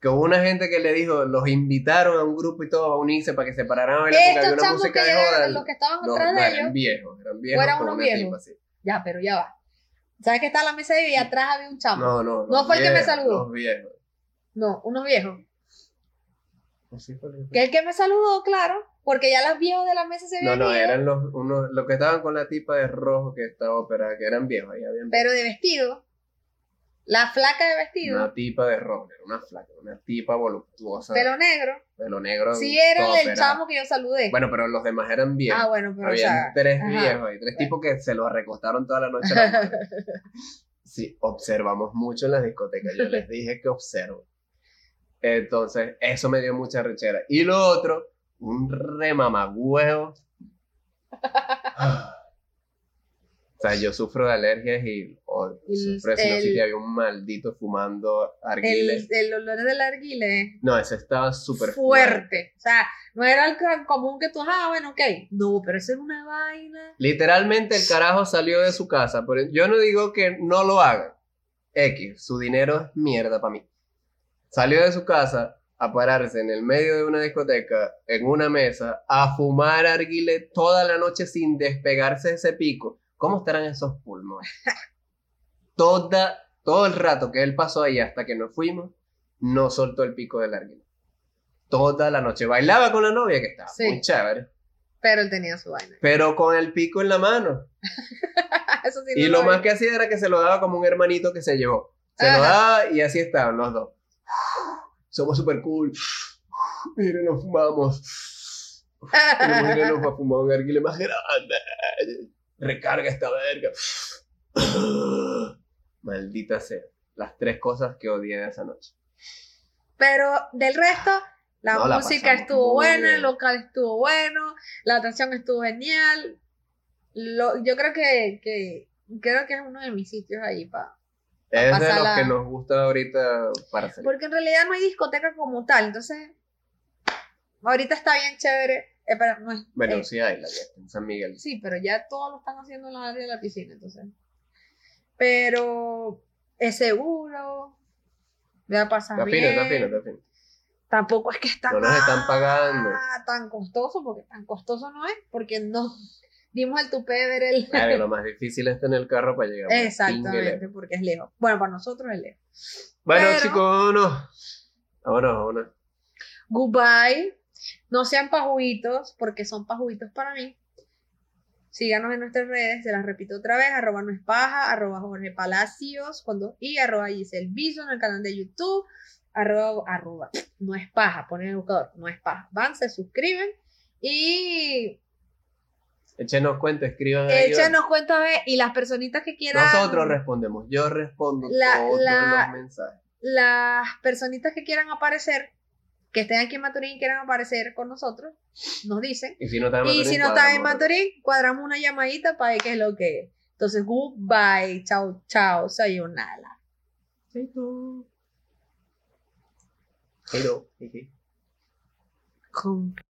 Speaker 1: Que hubo una gente que le dijo, los invitaron a un grupo y todos a unirse para que se pararan a bailar porque
Speaker 2: Estos
Speaker 1: había una
Speaker 2: chamos que
Speaker 1: música de
Speaker 2: llegaron,
Speaker 1: joda.
Speaker 2: los que estaban
Speaker 1: No,
Speaker 2: atrás
Speaker 1: no,
Speaker 2: de
Speaker 1: eran
Speaker 2: ellos,
Speaker 1: viejos, eran viejos.
Speaker 2: Fueran
Speaker 1: con
Speaker 2: unos
Speaker 1: una
Speaker 2: viejos.
Speaker 1: tipa así.
Speaker 2: ya, pero ya va. ¿Sabes que está la mesa de bebida? Atrás había un chamo.
Speaker 1: No,
Speaker 2: No,
Speaker 1: no.
Speaker 2: No
Speaker 1: los
Speaker 2: fue el que me
Speaker 1: viejos,
Speaker 2: saludó.
Speaker 1: Los viejos.
Speaker 2: unos viejos.
Speaker 1: Así fue que-
Speaker 2: Que el que me saludó, claro, porque ya los viejos de la mesa se
Speaker 1: No,
Speaker 2: habían
Speaker 1: no,
Speaker 2: ido,
Speaker 1: eran los, unos, los que estaban con la tipa de rojo que estaba operada, que eran viejos, ahí habían
Speaker 2: pero de vestido. La flaca de vestido,
Speaker 1: una tipa de rojo, era una flaca, una tipa voluptuosa,
Speaker 2: pelo negro.
Speaker 1: pelo negro.
Speaker 2: Sí, era el
Speaker 1: toda
Speaker 2: del
Speaker 1: operada.
Speaker 2: chamo que yo saludé.
Speaker 1: Bueno, pero los demás eran viejos.
Speaker 2: ah, bueno, pero o
Speaker 1: Habían
Speaker 2: sea,
Speaker 1: tres
Speaker 2: ajá.
Speaker 1: viejos y tres tipos que se los recostaron toda la noche. a la madre. sí, observamos mucho en las discotecas. Yo les dije que observo. Entonces, eso me dio mucha rechera. Y lo otro, un remamagüeo. O sea, yo sufro de alergias y odio,
Speaker 2: El-
Speaker 1: sufro de sinusitis.
Speaker 2: el-
Speaker 1: Había un maldito fumando
Speaker 2: el,
Speaker 1: arguiles.
Speaker 2: el olor del arguile es
Speaker 1: No, eso estaba súper
Speaker 2: fuerte. O sea, no era el tan común que tú, ah, bueno, ok. No, pero eso era una vaina.
Speaker 1: Literalmente el carajo salió de su casa, pero yo no digo que no lo hagan. X, su dinero es mierda para mí. Salió de su casa a pararse en el medio de una discoteca, en una mesa, a fumar arguile toda la noche sin despegarse de ese pico. ¿Cómo estarán esos pulmones? Toda, todo el rato que él pasó ahí hasta que nos fuimos, no soltó el pico del arguile. Toda la noche. Bailaba con la novia que estaba
Speaker 2: Sí.
Speaker 1: muy chévere,
Speaker 2: Pero él tenía su vaina.
Speaker 1: pero con el pico en la mano.
Speaker 2: Eso sí no
Speaker 1: Y lo
Speaker 2: vi.
Speaker 1: más que hacía era que se lo daba como un hermanito que se llevó. Se lo
Speaker 2: Ajá.
Speaker 1: daba y así estaban los dos. Somos super cool. Miren, nos fumamos. Pero miren, nos va a fumar un arguile más grande. Recarga esta verga. Maldita sea. Las tres cosas que odié de esa noche.
Speaker 2: Pero del resto, la
Speaker 1: No, la
Speaker 2: música
Speaker 1: pasamos
Speaker 2: estuvo
Speaker 1: muy
Speaker 2: buena, el
Speaker 1: bien.
Speaker 2: local estuvo bueno, la atracción estuvo genial. Lo, yo creo que, que creo que es uno de mis sitios ahí para.
Speaker 1: Es de
Speaker 2: pasar
Speaker 1: los
Speaker 2: la-
Speaker 1: que nos gusta ahorita para salir.
Speaker 2: Porque en realidad no hay discoteca como tal, entonces ahorita está bien chévere. eh, pero no es-
Speaker 1: Bueno,
Speaker 2: eh,
Speaker 1: sí hay la fiesta en San Miguel.
Speaker 2: Sí, pero ya todos lo están haciendo en la área de la piscina, entonces. Pero es seguro. Ya pasa
Speaker 1: Está fino,
Speaker 2: bien.
Speaker 1: está fino, está fino.
Speaker 2: Tampoco es que está
Speaker 1: No nos están pagando.
Speaker 2: ah, tan costoso, porque tan costoso no es, porque no dimos el tupé de ver el.
Speaker 1: Claro, lo más difícil es tener el carro para llegar. Pingue
Speaker 2: Exactamente, porque es lejos. Bueno, para nosotros es lejos.
Speaker 1: Bueno,
Speaker 2: Pero-
Speaker 1: chicos, vámonos. Vámonos, vámonos.
Speaker 2: Goodbye. No sean pajuitos, porque son pajuitos para mí. Síganos en nuestras redes, se las repito otra vez, arroba no es paja, arroba Jorge Palacios, con dos i, arroba Giselle Bison en el canal de YouTube, arroba, arroba, no es paja, ponen el buscador, no es paja. Van, se suscriben y
Speaker 1: Échenos cuenta, escriban ahí.
Speaker 2: échanos cuenta de, y las personitas que quieran...
Speaker 1: Nosotros respondemos. Yo respondo
Speaker 2: La-
Speaker 1: todos
Speaker 2: la-
Speaker 1: los mensajes.
Speaker 2: las personitas que quieran aparecer, que estén aquí en Maturín y quieran aparecer con nosotros, nos dicen.
Speaker 1: Y si no están en
Speaker 2: Y
Speaker 1: Ah, Maturín,
Speaker 2: si no están en
Speaker 1: cuadramos.
Speaker 2: Maturín, cuadramos una llamadita para ver qué es lo que es. Entonces, goodbye, chao, chao, sayonara.
Speaker 1: Pero, jeje.
Speaker 2: Con